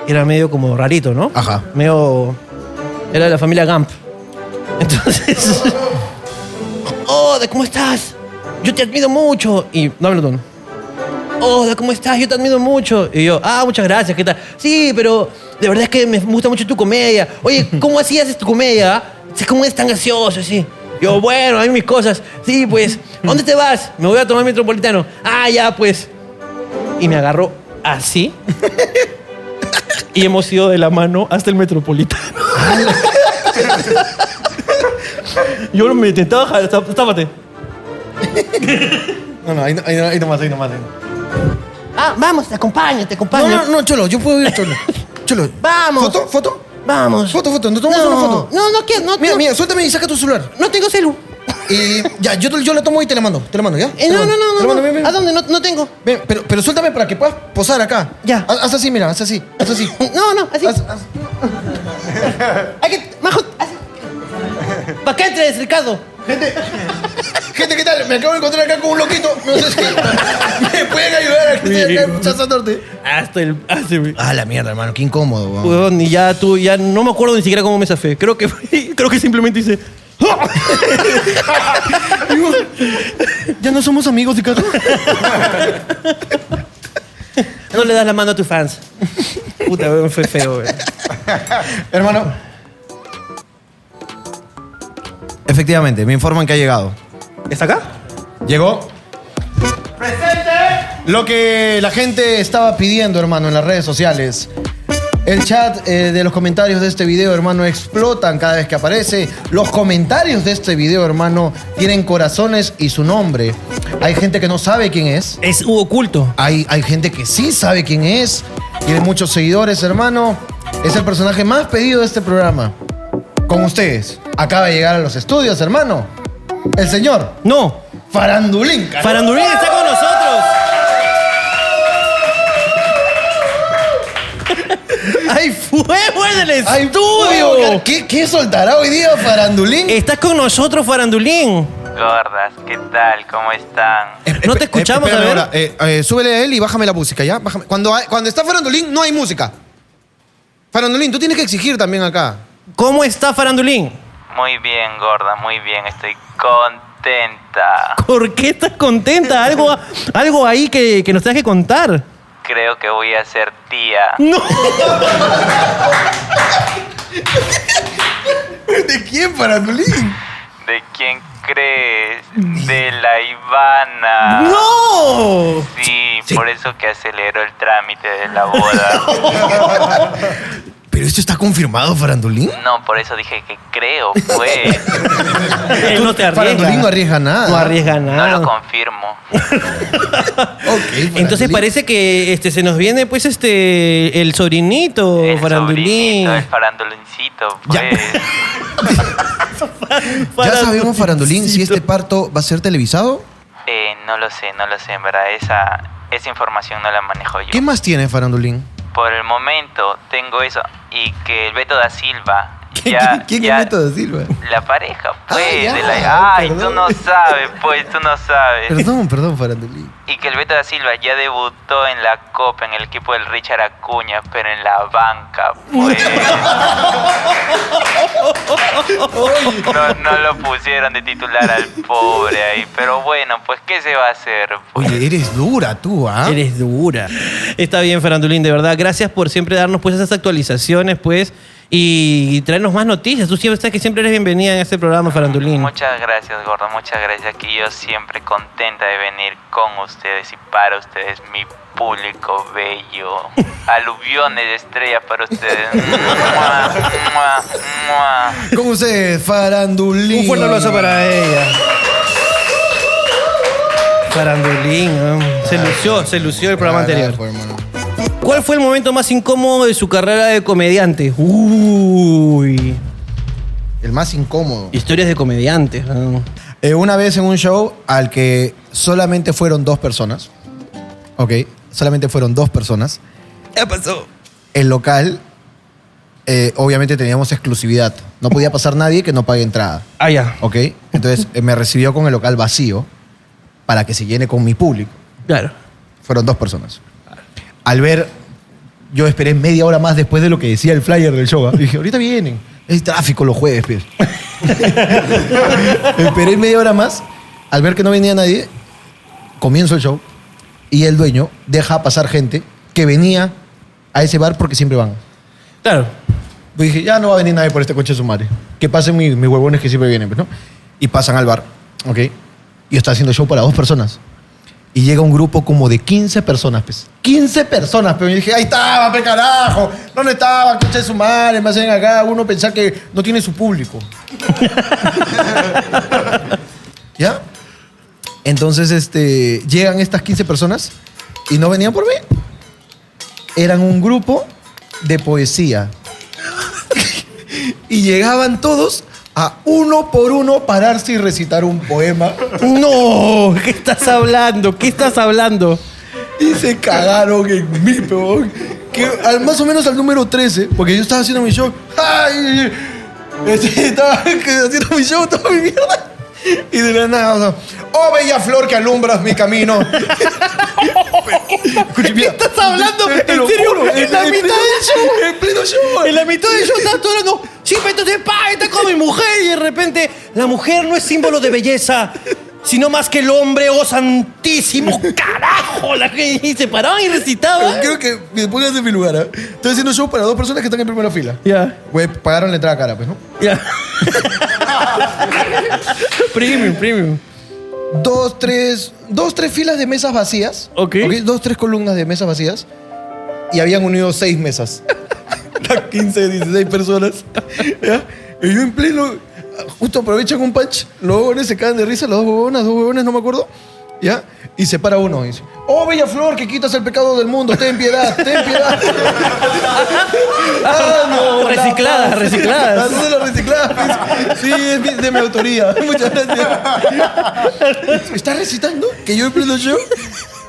Era medio como rarito, ¿no? Ajá. Medio. Era de la familia Gump. [laughs] Entonces. Oda, ¿cómo estás? Yo te admiro mucho. Y dame el tono. Oda, ¿cómo estás? Yo te admiro mucho. Y yo, ah, muchas gracias, ¿qué tal? Sí, pero de verdad es que me gusta mucho tu comedia. Oye, ¿cómo así haces tu comedia? ah? ¿Cómo es tan gracioso así? Yo, bueno, hay mis cosas. Sí, pues, ¿dónde te vas? Me voy a tomar metropolitano. Ah, ya, pues. Y me agarró así. y hemos ido de la mano hasta el metropolitano. [laughs] Yo me intentaba jalar, tá- tápate. No, no, ahí, no- ahí, no- ahí nomás, ahí nomás. ahí nomás. Ah, vamos, te acompaño, te acompaño. No, no, no, Cholo, yo puedo ir, [laughs] Cholo. Cholo. Vamos. ¿Foto? ¿Foto? Vamos. Foto, foto, nos tomamos una foto. No, no quiero, no, Mira, no, mira, suéltame y saca tu celular. no tengo celu. Y ya, yo, te- yo la tomo y te la mando, te la mando, ¿ya? Eh, Te la no, no, mando, no, te la no, mando, ven, ven. ¿A dónde? No, no tengo. Ven, pero, pero suéltame para que puedas posar acá. Ya. Ha- Haz así, mira, haz así, haz así. [laughs] No, no, así. Haz- haz- Hay que, majo, así. ¿Para qué entres, Ricardo? Gente, gente, ¿qué tal? Me acabo de encontrar acá con un loquito. No [laughs] sé si me pueden ayudar a que acá en Plaza Norte. Hasta el. Hasta el Ah, la mierda, hermano, qué incómodo, weón. Huevón, y ya tú, ya no me acuerdo ni siquiera cómo me zafé. Creo que, [laughs] creo que simplemente hice. Ya no somos amigos, Ricardo. [laughs] No le das la mano a tus fans. Puta, weón, fue feo, weón. hermano. Efectivamente, me informan que ha llegado. ¿Está acá? Llegó. ¡Presente! Lo que la gente estaba pidiendo, hermano, en las redes sociales. El chat eh, de los comentarios de este video, hermano, explotan cada vez que aparece. Los comentarios de este video, hermano, tienen corazones y su nombre. Hay gente que no sabe quién es. Es Hugo Oculto. Hay, hay gente que sí sabe quién es. Tiene muchos seguidores, hermano. Es el personaje más pedido de este programa. Con ustedes. Acaba de llegar a los estudios, hermano. El señor No, Farandulín. carajo. Farandulín está con [laughs] nosotros. ¡Hay fuego en el ¡Ay, estudio! huevo! ¿Qué, ¿Qué soltará hoy día Farandulín? Estás con nosotros, Farandulín. Gordas, ¿qué tal? ¿Cómo están? eh, no te escuchamos, espérame a ver. ahora. Eh, eh, súbele a él y bájame la música, ¿ya? Bájame. Cuando, hay- cuando está Farandulín, no hay música. Farandulín, tú tienes que exigir también acá. ¿Cómo está Farandulín? Muy bien, gorda, muy bien. Estoy contenta. ¿Por qué estás contenta? Algo, algo ahí que, que nos tengas que [laughs] contar. Creo que voy a ser tía. No. ¿De quién, Farandulín? ¿De quién crees? De la Ivana. ¡No! Sí, por eso que aceleró el trámite de [laughs] la boda. ¿Pero esto está confirmado, Farandulín? No, por eso dije que creo, pues. Él no te Farandulín no arriesga. arriesga nada. No arriesga No lo nada. confirmo. Ok, Farandulín. Entonces parece que este, se nos viene pues este el sobrinito, El Farandulín. sobrinito, eh. el farandulincito, pues. Ya sabemos, Farandulín, si este parto va a ser televisado. Eh, no lo sé, no lo sé, en verdad. Esa, esa información no la manejo yo. ¿Qué más tiene Farandulín? Por el momento tengo eso. Y que el Beto da Silva. [laughs] ¿Quién, Ah, ya- quién ya- es Beto da Silva? La pareja, pues. Ah, ya, de la- Ay, tú perdón. no sabes, pues, tú no [laughs] sabes. Perdón, perdón, Farandulín. Y que el Beto da Silva ya debutó en la Copa, en el equipo del Richard Acuña, pero en la banca, pues. No, no lo pusieron de titular al pobre ahí. Pero bueno, pues, ¿qué se va a hacer? Oye, eres dura tú, ¿ah? Eres dura. Está bien, Farandulín, de verdad. Gracias por siempre darnos pues esas actualizaciones, pues, y traernos más noticias. Tú siempre sabes que siempre eres bienvenida en este programa, Farandulín. Muchas gracias, gordo. Muchas gracias. Aquí yo siempre contenta de venir con ustedes y para ustedes, mi público bello. Aluviones de estrellas para ustedes. Mua, mua, mua. ¿Cómo ustedes, Farandulín? Un fuerte aplauso para ella. Farandulín, ¿eh? se lució, se lució el programa anterior. Carajo, hermano. ¿Cuál fue el momento más incómodo de su carrera de comediante? Uy, El más incómodo. historias de comediantes. ¿no? Eh, una vez en un show al que solamente fueron dos personas. Ok, solamente fueron dos personas. ¿Qué pasó? El local, eh, obviamente teníamos exclusividad. No podía pasar nadie que no pague entrada. Ah, ya. Ok, entonces eh, me recibió con el local vacío para que se llene con mi público. Claro. Fueron dos personas. Al ver, yo esperé media hora más después de lo que decía el flyer del show. ¿ah? Y dije, ahorita vienen. Es tráfico los jueves, pues. [laughs] esperé media hora más. Al ver que no venía nadie, comienzo el show. Y el dueño deja pasar gente que venía a ese bar porque siempre van. [laughs] Claro. Pues dije, ya no va a venir nadie por este coche de su madre. Que pasen mis, mis huevones que siempre vienen, pues, ¿no? Y pasan al bar, ¿ok? Y está haciendo show para dos personas. Y llega un grupo como de 15 personas, pues. 15 personas, pero yo dije, ahí estaba, pe carajo. ¿Dónde estaba? Coche de su madre, me hacen acá. Uno pensar que no tiene su público. [laughs] ¿Ya? Entonces, este, llegan estas 15 personas y no venían por mí. Eran un grupo de poesía y llegaban todos a uno por uno pararse y recitar un poema No, ¿qué estás hablando? ¿Qué estás hablando? y se cagaron en mí, peón. Que al, más o menos al número 13, porque yo estaba haciendo mi show. ¡Ay! Este, Estaba haciendo mi show, toda mi mierda. Y de la nada, o sea, oh bella flor que alumbras mi [laughs] camino. Escucha, mira, estás hablando? te- te ¿En lo serio? juro, ¿En la mitad pleno- del show? En pleno show. [laughs] En la mitad del show estás tú hablando, sí, pero entonces, pa, está con mi mujer y de repente la mujer no es símbolo de belleza, sino más que el hombre, oh [laughs] santísimo, carajo, la gente y se paraba y recitaba. Creo que me pongas en mi lugar. ¿ah? Estoy haciendo show para dos personas que están en primera fila. Ya. Güey, pagaron la entrada cara, pues, ¿no? Ya. [laughs] premium, premium. Dos, tres. Dos, tres filas de mesas vacías. Ok. Dos, tres columnas de mesas vacías. Y habían unido seis mesas. Las 15, 16 personas. ¿Ya? Y yo en pleno. Justo aprovechan un punch. Los huevones se caen de risa, las dos huevonas, dos huevones, no me acuerdo. ¿Ya? Y se para uno y dice: Oh, bella flor, que quitas el pecado del mundo, ten piedad, ten piedad. Ah, no, Recicladas, la- recicladas. Ah, son las recicladas. Sí, es mi- de mi autoría. [laughs] Muchas gracias. Está recitando que yo en pleno show,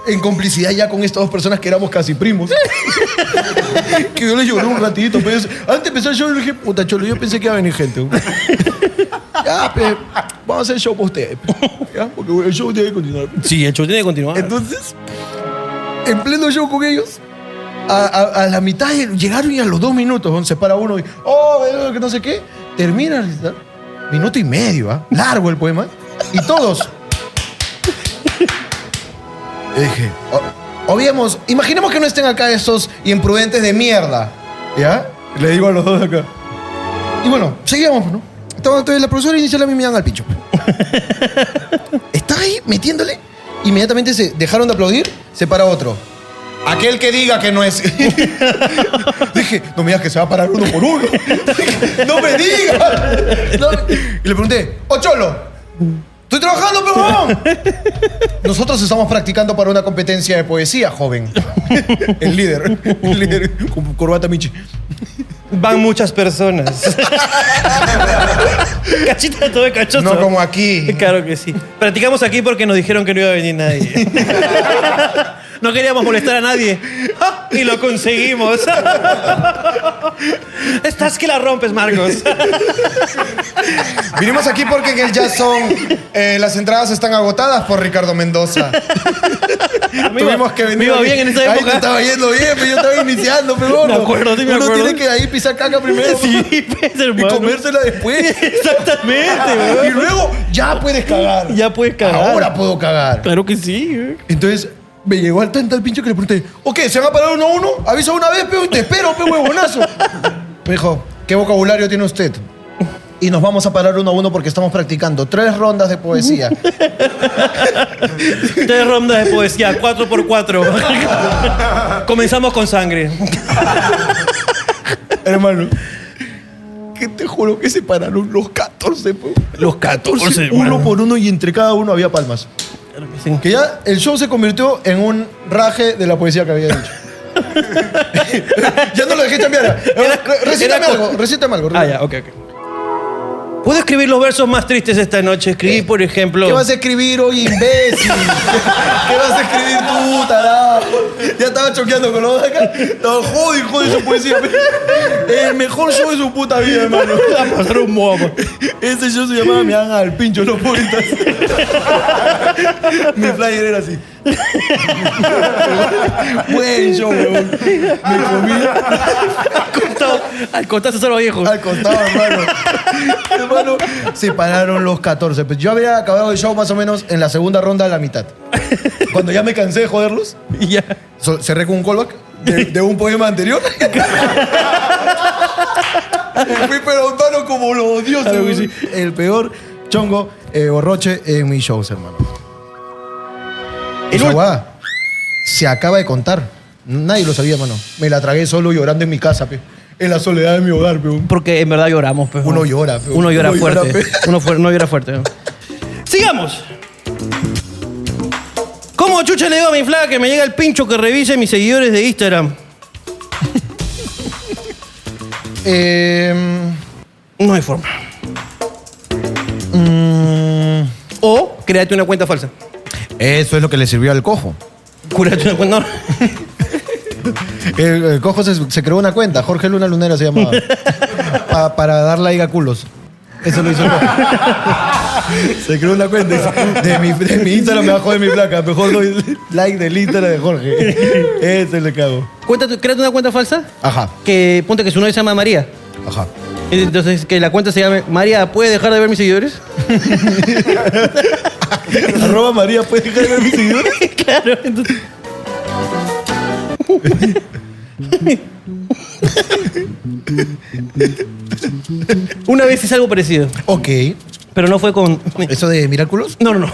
en complicidad ya con estas dos personas que éramos casi primos, que yo les lloré un ratito. pues. antes de empezar yo le dije, puta cholo, yo pensé que iba a venir gente. ya, pues, vamos a hacer el show para ustedes. pues. Ya, Porque bueno, el show tiene que continuar. Sí, el show tiene que continuar. Entonces, en pleno show con ellos, a, a- a la mitad llegaron y a los dos minutos, donde se para uno y, oh, eh, que no sé qué, termina el recital, minuto y medio, ¿ah? largo el poema, y todos. Y dije, "O- obviemos, imaginemos que no estén acá estos imprudentes de mierda, ¿ya? Le digo a los dos acá. Y bueno, seguíamos, ¿no? Estaba entonces la profesora inicial a mí me dan al pincho. Está ahí metiéndole. Inmediatamente se dejaron de aplaudir, se para otro. Aquel que diga que no [laughs] es. Dije, no me digas que se va a parar uno por uno. no me digas. No. Y le pregunté, ¡Oh, Cholo! ¡Estoy trabajando, perdón! Nosotros estamos practicando para una competencia de poesía, joven. El líder. El líder. Con corbata Michi. Van muchas personas. [laughs] Cachita todo de cachoso. No como aquí. [laughs] Claro que sí. Practicamos aquí porque nos dijeron que no iba a venir [laughs] nadie. No queríamos molestar a nadie. ¡Ah! Y lo [laughs] conseguimos. Estás que la rompes, Marcos. Vinimos aquí porque en el Jazz Song eh, las entradas están agotadas por Ricardo Mendoza. Me iba- [laughs] Tuvimos que venir. Me iba bien en esa Ahí te época. estaba yendo bien, pero [laughs] yo estaba iniciando, pero bueno. Me acuerdo, sí me Uno acuerdo. tiene que ahí pisar caca primero. [laughs] Sí, pues, [laughs] Y hermano. comérsela [laughs] después. Exactamente, Y weón. luego ya puedes cagar. Ya puedes cagar. Ahora puedo cagar. Claro que sí, weón. Entonces me llegó al tanto el pincho que le pregunté, ok, ¿se van a parar uno a uno? Avisa una vez, peo, y te espero, [laughs] peo, huevonazo. Me dijo, ¿qué vocabulario tiene usted? Y nos vamos a parar uno a uno porque estamos practicando tres rondas [laughs] de poesía. Tres rondas de poesía, cuatro por cuatro. [laughs] Comenzamos con sangre. Hermano, que te juro que se pararon los 14, peo. Los 14, uno por uno y entre cada uno había palmas. Que ya el show se convirtió en un raje de la poesía que había dicho. [laughs] ya no lo dejé cambiar. Re- Recítame era- algo, recítame algo. Ah, ya, ok, ok. Puedo escribir los versos más tristes esta noche. Escribí, por ejemplo. ¿Qué vas a escribir hoy, [laughs] imbécil? ¿Qué vas a escribir tú, tarado? Ya estaba choqueando con los de acá. No, joder, joder, su poesía. [laughs] El mejor show de su puta [laughs] vida, hermano. a pasar un modo. Ese Este show se llamaba Me hagan al pincho los poetas. Mi flyer era así. Buen show, weón. Me comí costado, al costado solo viejo. al costado, [laughs] hermano. hermano, se pararon los 14. Pues Yo había acabado el show más o menos en la segunda ronda a la mitad. Cuando ya me cansé de joderlos, Y ya. So- cerré con un callback de, de un poema anterior. Me fui pero un tono como los dioses. Claro que sí. güey. El peor chongo eh, borroche en mis shows, hermano. Esa guada se acaba de contar. Nadie lo sabía, mano. Me la tragué solo llorando en mi casa, pe. En la soledad de mi hogar, pe. Porque en verdad lloramos. pues, Uno ¿no? llora, pe. Uno llora Uno llora, fuerte. pe. Uno, fuer- no llora fuerte. ¿no? Sigamos. ¿Cómo chucha le digo a mi flaca que me llega el pincho que revise mis seguidores de [laughs] Instagram? Eh, No hay forma. mm, O créate una cuenta falsa. Eso es lo que le sirvió al cojo. Cúrate una cuenta. no. el, el cojo se, se creó una cuenta. Jorge Luna Lunera se llamaba. Pa- para dar like a culos. Eso lo hizo el cojo. Se creó una cuenta. y dice, De mi, de mi Instagram me bajó de mi placa. Mejor doy like del Instagram de Jorge. Ese le cago. Cuenta tu- créate una cuenta falsa Ajá. que ponte que su novia se llama María. Ajá. Entonces, que la cuenta se llame María, ¿puede dejar de ver mis seguidores? [laughs] Arroba María, ¿puedes dejar de ver mis seguidores? [laughs] claro, entonces. Una vez hice algo parecido. Ok. Pero no fue con. ¿Eso de Miraculous? No, [laughs] no, no.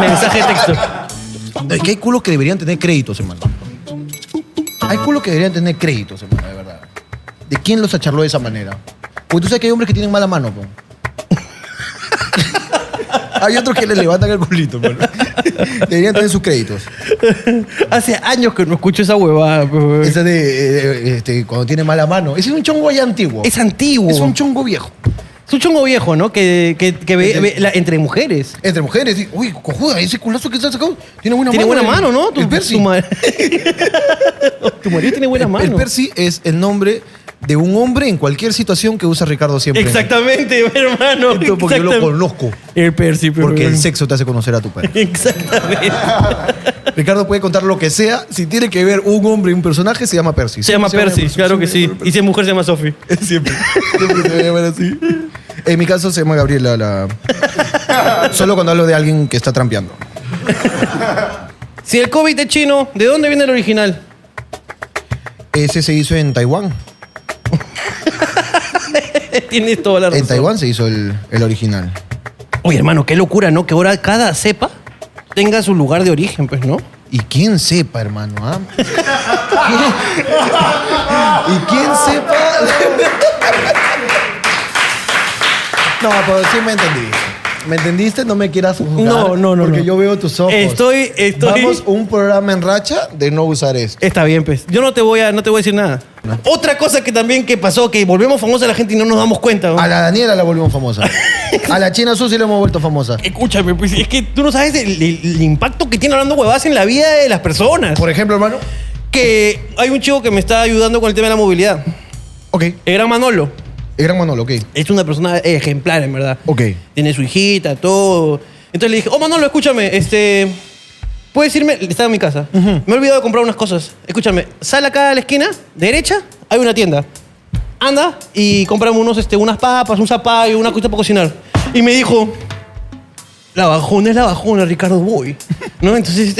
Mensaje de texto. Es que hay culos que deberían tener créditos, hermano. Hay culos que deberían tener créditos, hermano, de verdad. ¿De quién los acharló de esa manera? Porque tú sabes que hay hombres que tienen mala mano, po. [laughs] hay otros que le levantan el culito, hermano. Deberían tener sus créditos. Hace años que no escucho esa huevada. pues. Esa de eh, este, cuando tiene mala mano. Ese es un chongo ya antiguo. Es antiguo. Es un chongo viejo. Es un chongo viejo, ¿no? Que, que, que ve- Ese- ve la- entre mujeres. Entre mujeres, sí. uy, cojuda, ese culazo que se ha sacado tiene buena Tiene mano. buena mano, ¿no? Tu, el Percy. tu ma- [laughs] tu marido tiene buena El- mano. El Percy es el nombre de un hombre en cualquier situación que usa Ricardo siempre. Exactamente, [laughs] hermano. Esto porque yo lo Exactam- conozco. El Percy, pero- Porque el sexo te hace conocer a tu padre. [laughs] Exactamente. Ricardo puede contar lo que sea. Si tiene que ver un hombre y un personaje, se llama Percy. Se llama Percy, claro que sí. Y si es mujer, se llama Sophie. Siempre. Siempre se va a llamar así. En mi caso se llama Gabriela la... Solo cuando hablo de alguien que está trampeando. Si el COVID es chino, ¿de dónde viene el original? [laughs] Ese se hizo en Taiwán. Tienes toda la razón. En Taiwán se hizo el, el original. Oye, hermano, qué locura, ¿no? Que ahora cada cepa tenga su lugar de origen, pues, ¿no? Y quién sepa, hermano, ¿ah? [laughs] Y quién sepa... [laughs] No, pero sí me entendí. ¿Me entendiste? No me quieras juzgar. No, no, no, Porque no. yo veo tus ojos. Estoy- estoy- Vamos un programa en racha de no usar esto. Está bien, pues. Yo no te voy a, no te voy a decir nada. Otra cosa que también que pasó, que volvemos famosos a la gente y no nos damos cuenta. ¿no? A la Daniela la volvimos famosa. A la China Susi la hemos vuelto famosa. Escúchame, pues es que tú no sabes el, el- el impacto que tiene hablando huevadas en la vida de las personas. Por ejemplo, hermano. Que hay un chico que me está ayudando con el tema de la movilidad. Ok. El gran Manolo. El gran Manolo, ok. Es una persona ejemplar, en verdad. Ok. Tiene su hijita, todo. Entonces le dije, oh Manolo, escúchame, este. ¿Puedes irme? Estaba en mi casa. Me he olvidado de comprar unas cosas. Escúchame, sal acá a la esquina, derecha, hay una tienda. Anda y comprame unos, este, unas papas, un zapallo, una cosa para cocinar. Y me dijo, la bajona es la bajona, Ricardo, voy. [laughs] ¿No? Entonces,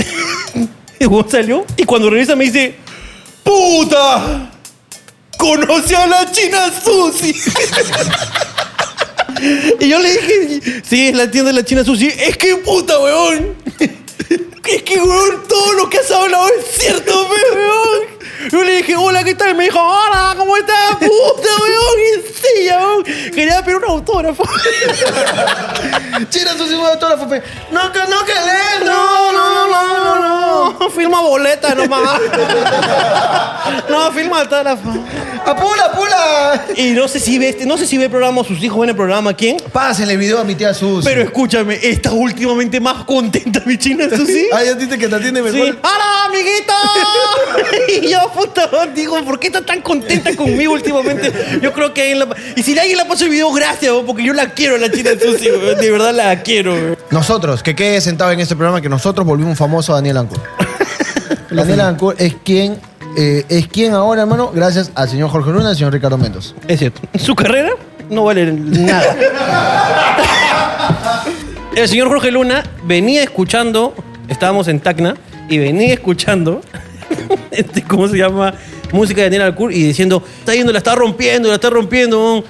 el huevón salió y cuando regresa me dice, ¡Puta! ¡Conoce a la China Susi! [laughs] Y yo le dije, sí, es la tienda de la China Sushi. Es que puta, weón. Es que, weón, todo lo que has hablado es cierto, pe, weón. Yo le dije, hola, ¿qué tal? Y me dijo, hola, ¿cómo estás? Puta, weón. Y sí, weón. Quería pedir un autógrafo. China Susi, un autógrafo. fe. No, que no, que lees, No, no, no, no, no. Firma boleta nomás. No, firma autógrafo. ¡Apula, apula! Y no sé si ve este, no sé si ve el programa, sus hijos ven el programa, ¿quién? Pásenle video a mi tía Susi. Pero escúchame, está últimamente más contenta mi China Susi. Ay, ya diste que te atiende mejor. Sí. ¡Hola, amiguito! y yo, puta, digo, ¿por qué está tan contenta conmigo últimamente? Yo creo que alguien la... Y si alguien la pasó el video, gracias, weón, porque yo la quiero, la china Susi, weón. De verdad la quiero, weón. Nosotros, que quede sentado en este programa que nosotros volvimos famoso a Daniel Ancur. Daniel Ancur es quien, eh, es quien ahora, hermano, gracias al señor Jorge Luna y al señor Ricardo Mendoza. Es cierto. Su carrera no vale [laughs] nada. El señor Jorge Luna venía escuchando, estábamos en Tacna, y venía escuchando, [laughs] este, ¿cómo se llama? Música de Daniel Alcour y diciendo, está yendo, la está rompiendo, la está rompiendo. mon".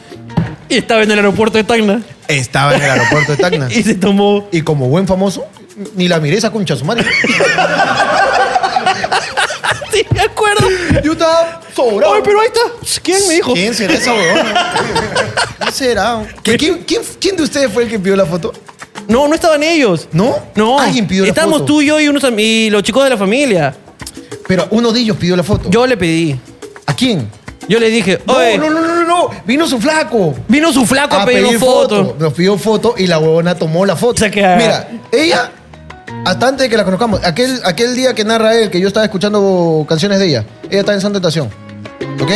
Y estaba en el aeropuerto de Tacna Estaba en el aeropuerto de Tacna. [laughs] y se tomó [laughs] Y como buen famoso, ni la miré esa concha su madre. Sí, me acuerdo. Yo estaba sobrado. Ay, pero ahí está. ¿Quién me dijo? ¿Quién será esa huevona? ¿Quién será? ¿Qué- quién, quién- quién de ustedes fue el que pidió la foto? No, no estaban ellos. ¿No? No. Alguien pidió la Estábamos foto. tú, yo y, unos, am- y los chicos de la familia. Pero uno de ellos pidió la foto. Yo le pedí. ¿A quién? Yo le dije, No, oye, no, no, no, no, no. Vino su flaco. vino su flaco a, pedir foto. Nos pidió Ah, foto y la huevona tomó la foto. O sea que- ah, Mira, ella, hasta antes de que la conozcamos, aquel, aquel día que narra él, que yo estaba escuchando canciones de ella, ella estaba en Santa Estación. ¿Ok?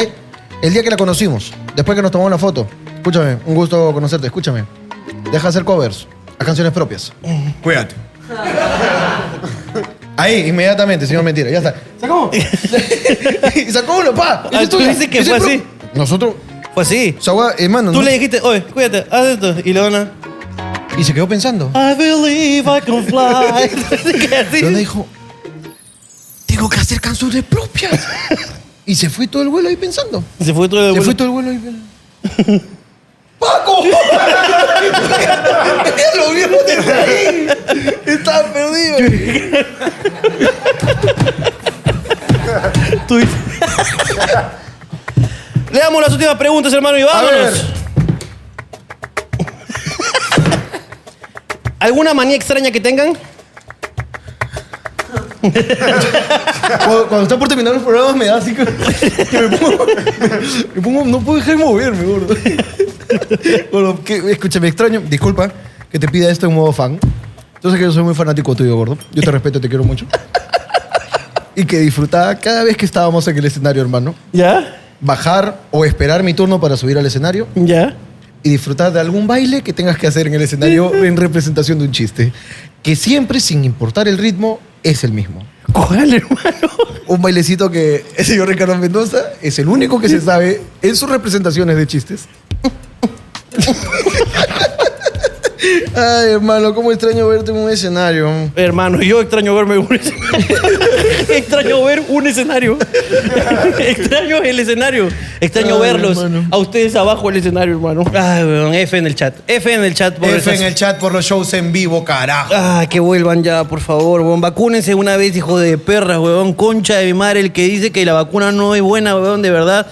El día que la conocimos, después que nos tomamos la foto, escúchame, un gusto conocerte, escúchame. Deja de hacer covers. las canciones propias. Cuídate. Ahí, inmediatamente, señor mentira, ya está. [laughs] Sacó. y sacó uno, pa. Ah, tú dices que fue así. Nosotros. Fue así. hermano. Pues Tú le dijiste, oye, cuídate, haz esto. Y Leona. Y se quedó pensando. I believe I can [laughs] fly. Leona dijo, tengo que hacer canciones propias. [laughs] y se fue todo el vuelo ahí pensando. Se fue todo el Se vuelo. fue todo el vuelo ahí pensando. [laughs] ¡Paco! Él lo vio desde ahí. Estaba perdido. Tú dices- Le damos las últimas preguntas, hermano, y vámonos. ¿Alguna manía extraña que tengan? Cuando, cuando está por terminar los programas me da así que, que me, pongo, [laughs] me pongo- No puedo dejar de moverme, gordo. Gordo, que- escúchame, extraño. Disculpa que te pida esto en modo fan. Yo sé que yo soy muy fanático tuyo, gordo. Yo te respeto, te quiero mucho. Y que disfrutaba cada vez que estábamos en el escenario, hermano. ¿Ya? Bajar o esperar mi turno para subir al escenario. ¿Ya? Y disfrutar de algún baile que tengas que hacer en el escenario en representación de un chiste. Que siempre, sin importar el ritmo, es el mismo ¿Cuál, hermano? un bailecito que el señor Ricardo Mendoza es el único que se sabe en sus representaciones de chistes. Ay, hermano, cómo extraño verte en un escenario. Hermano, yo extraño verme en un [laughs] escenario. extraño ver un [laughs] escenario. extraño el escenario. Extraño Ay, verlos. hermano. A ustedes abajo el escenario, hermano. Ay, weón, F en el chat. F en el chat. por esas- chat por los shows en vivo, carajo. Ah, que vuelvan ya, por favor, weón. Vacúnense una vez, hijo de perra, weón. Concha de mi madre, el que dice que la vacuna no es buena, weón, de verdad.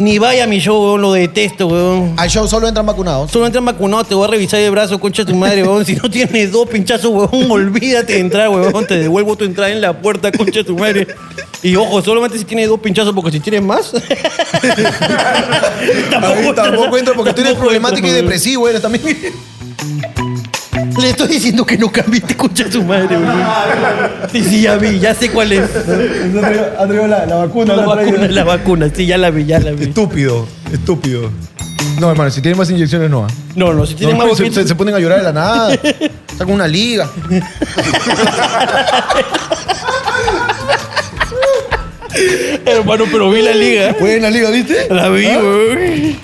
Ni vaya a mi show, weón, lo detesto, weón. Al show solo [laughs] entran vacunados. Solo entran vacunados, te voy a revisar el brazo, concha de tu madre, weón. Si no tienes dos pinchazos, weón, [laughs] olvídate de entrar, weón. Te devuelvo tu entrada en la puerta, concha de tu madre. Y ojo, solamente si tienes dos pinchazos, porque si tienes más. [laughs] Ahí tampoco entro porque tú eres Tampoco problemático y entro, weón. depresivo, eres también. Le estoy diciendo que no cambiaste, concha de tu madre, weón. Sí, sí, ya vi, ya sé cuál es. Andreo, la, vacuna. La vacuna, la vacuna, sí, ya la vi, ya la vi. Estúpido, estúpido. No, hermano, si tienen más inyecciones, no. ¿ah? No, no, si tienen No, más se, boquitas- se- se ponen a llorar de la nada. Sacan una liga. Hermano, pero vi la liga. Buena liga, ¿viste? La vi, ¿Ah? weón.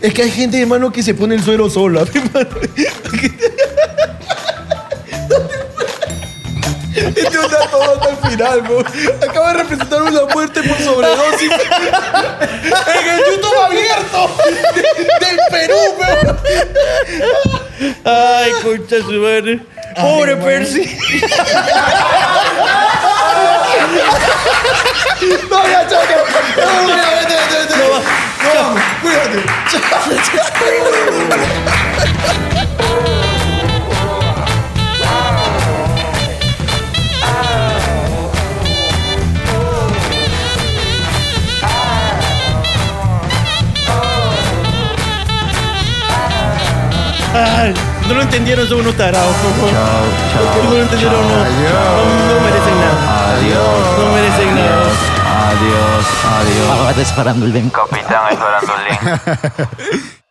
Es que hay gente, hermano, que se pone el suero sola. [laughs] hermano. Este un dato hasta el final, bro. Acaba de representar una muerte por sobredosis. En el YouTube abierto del Perú, weón. Ay, concha de su madre. Pobre Percy. No, ya, chao, chao. No, no, vete, vete, vete. No va. No, cuídate. Chao, chao. Ah, Ay, no lo entendieron, son unos tarados. Chao, chao, no lo entendieron, no. No, no merecen nada. Adiós. No merecen nada. Adiós, adiós. Ahora disparando el Ben. Capitán, disparando el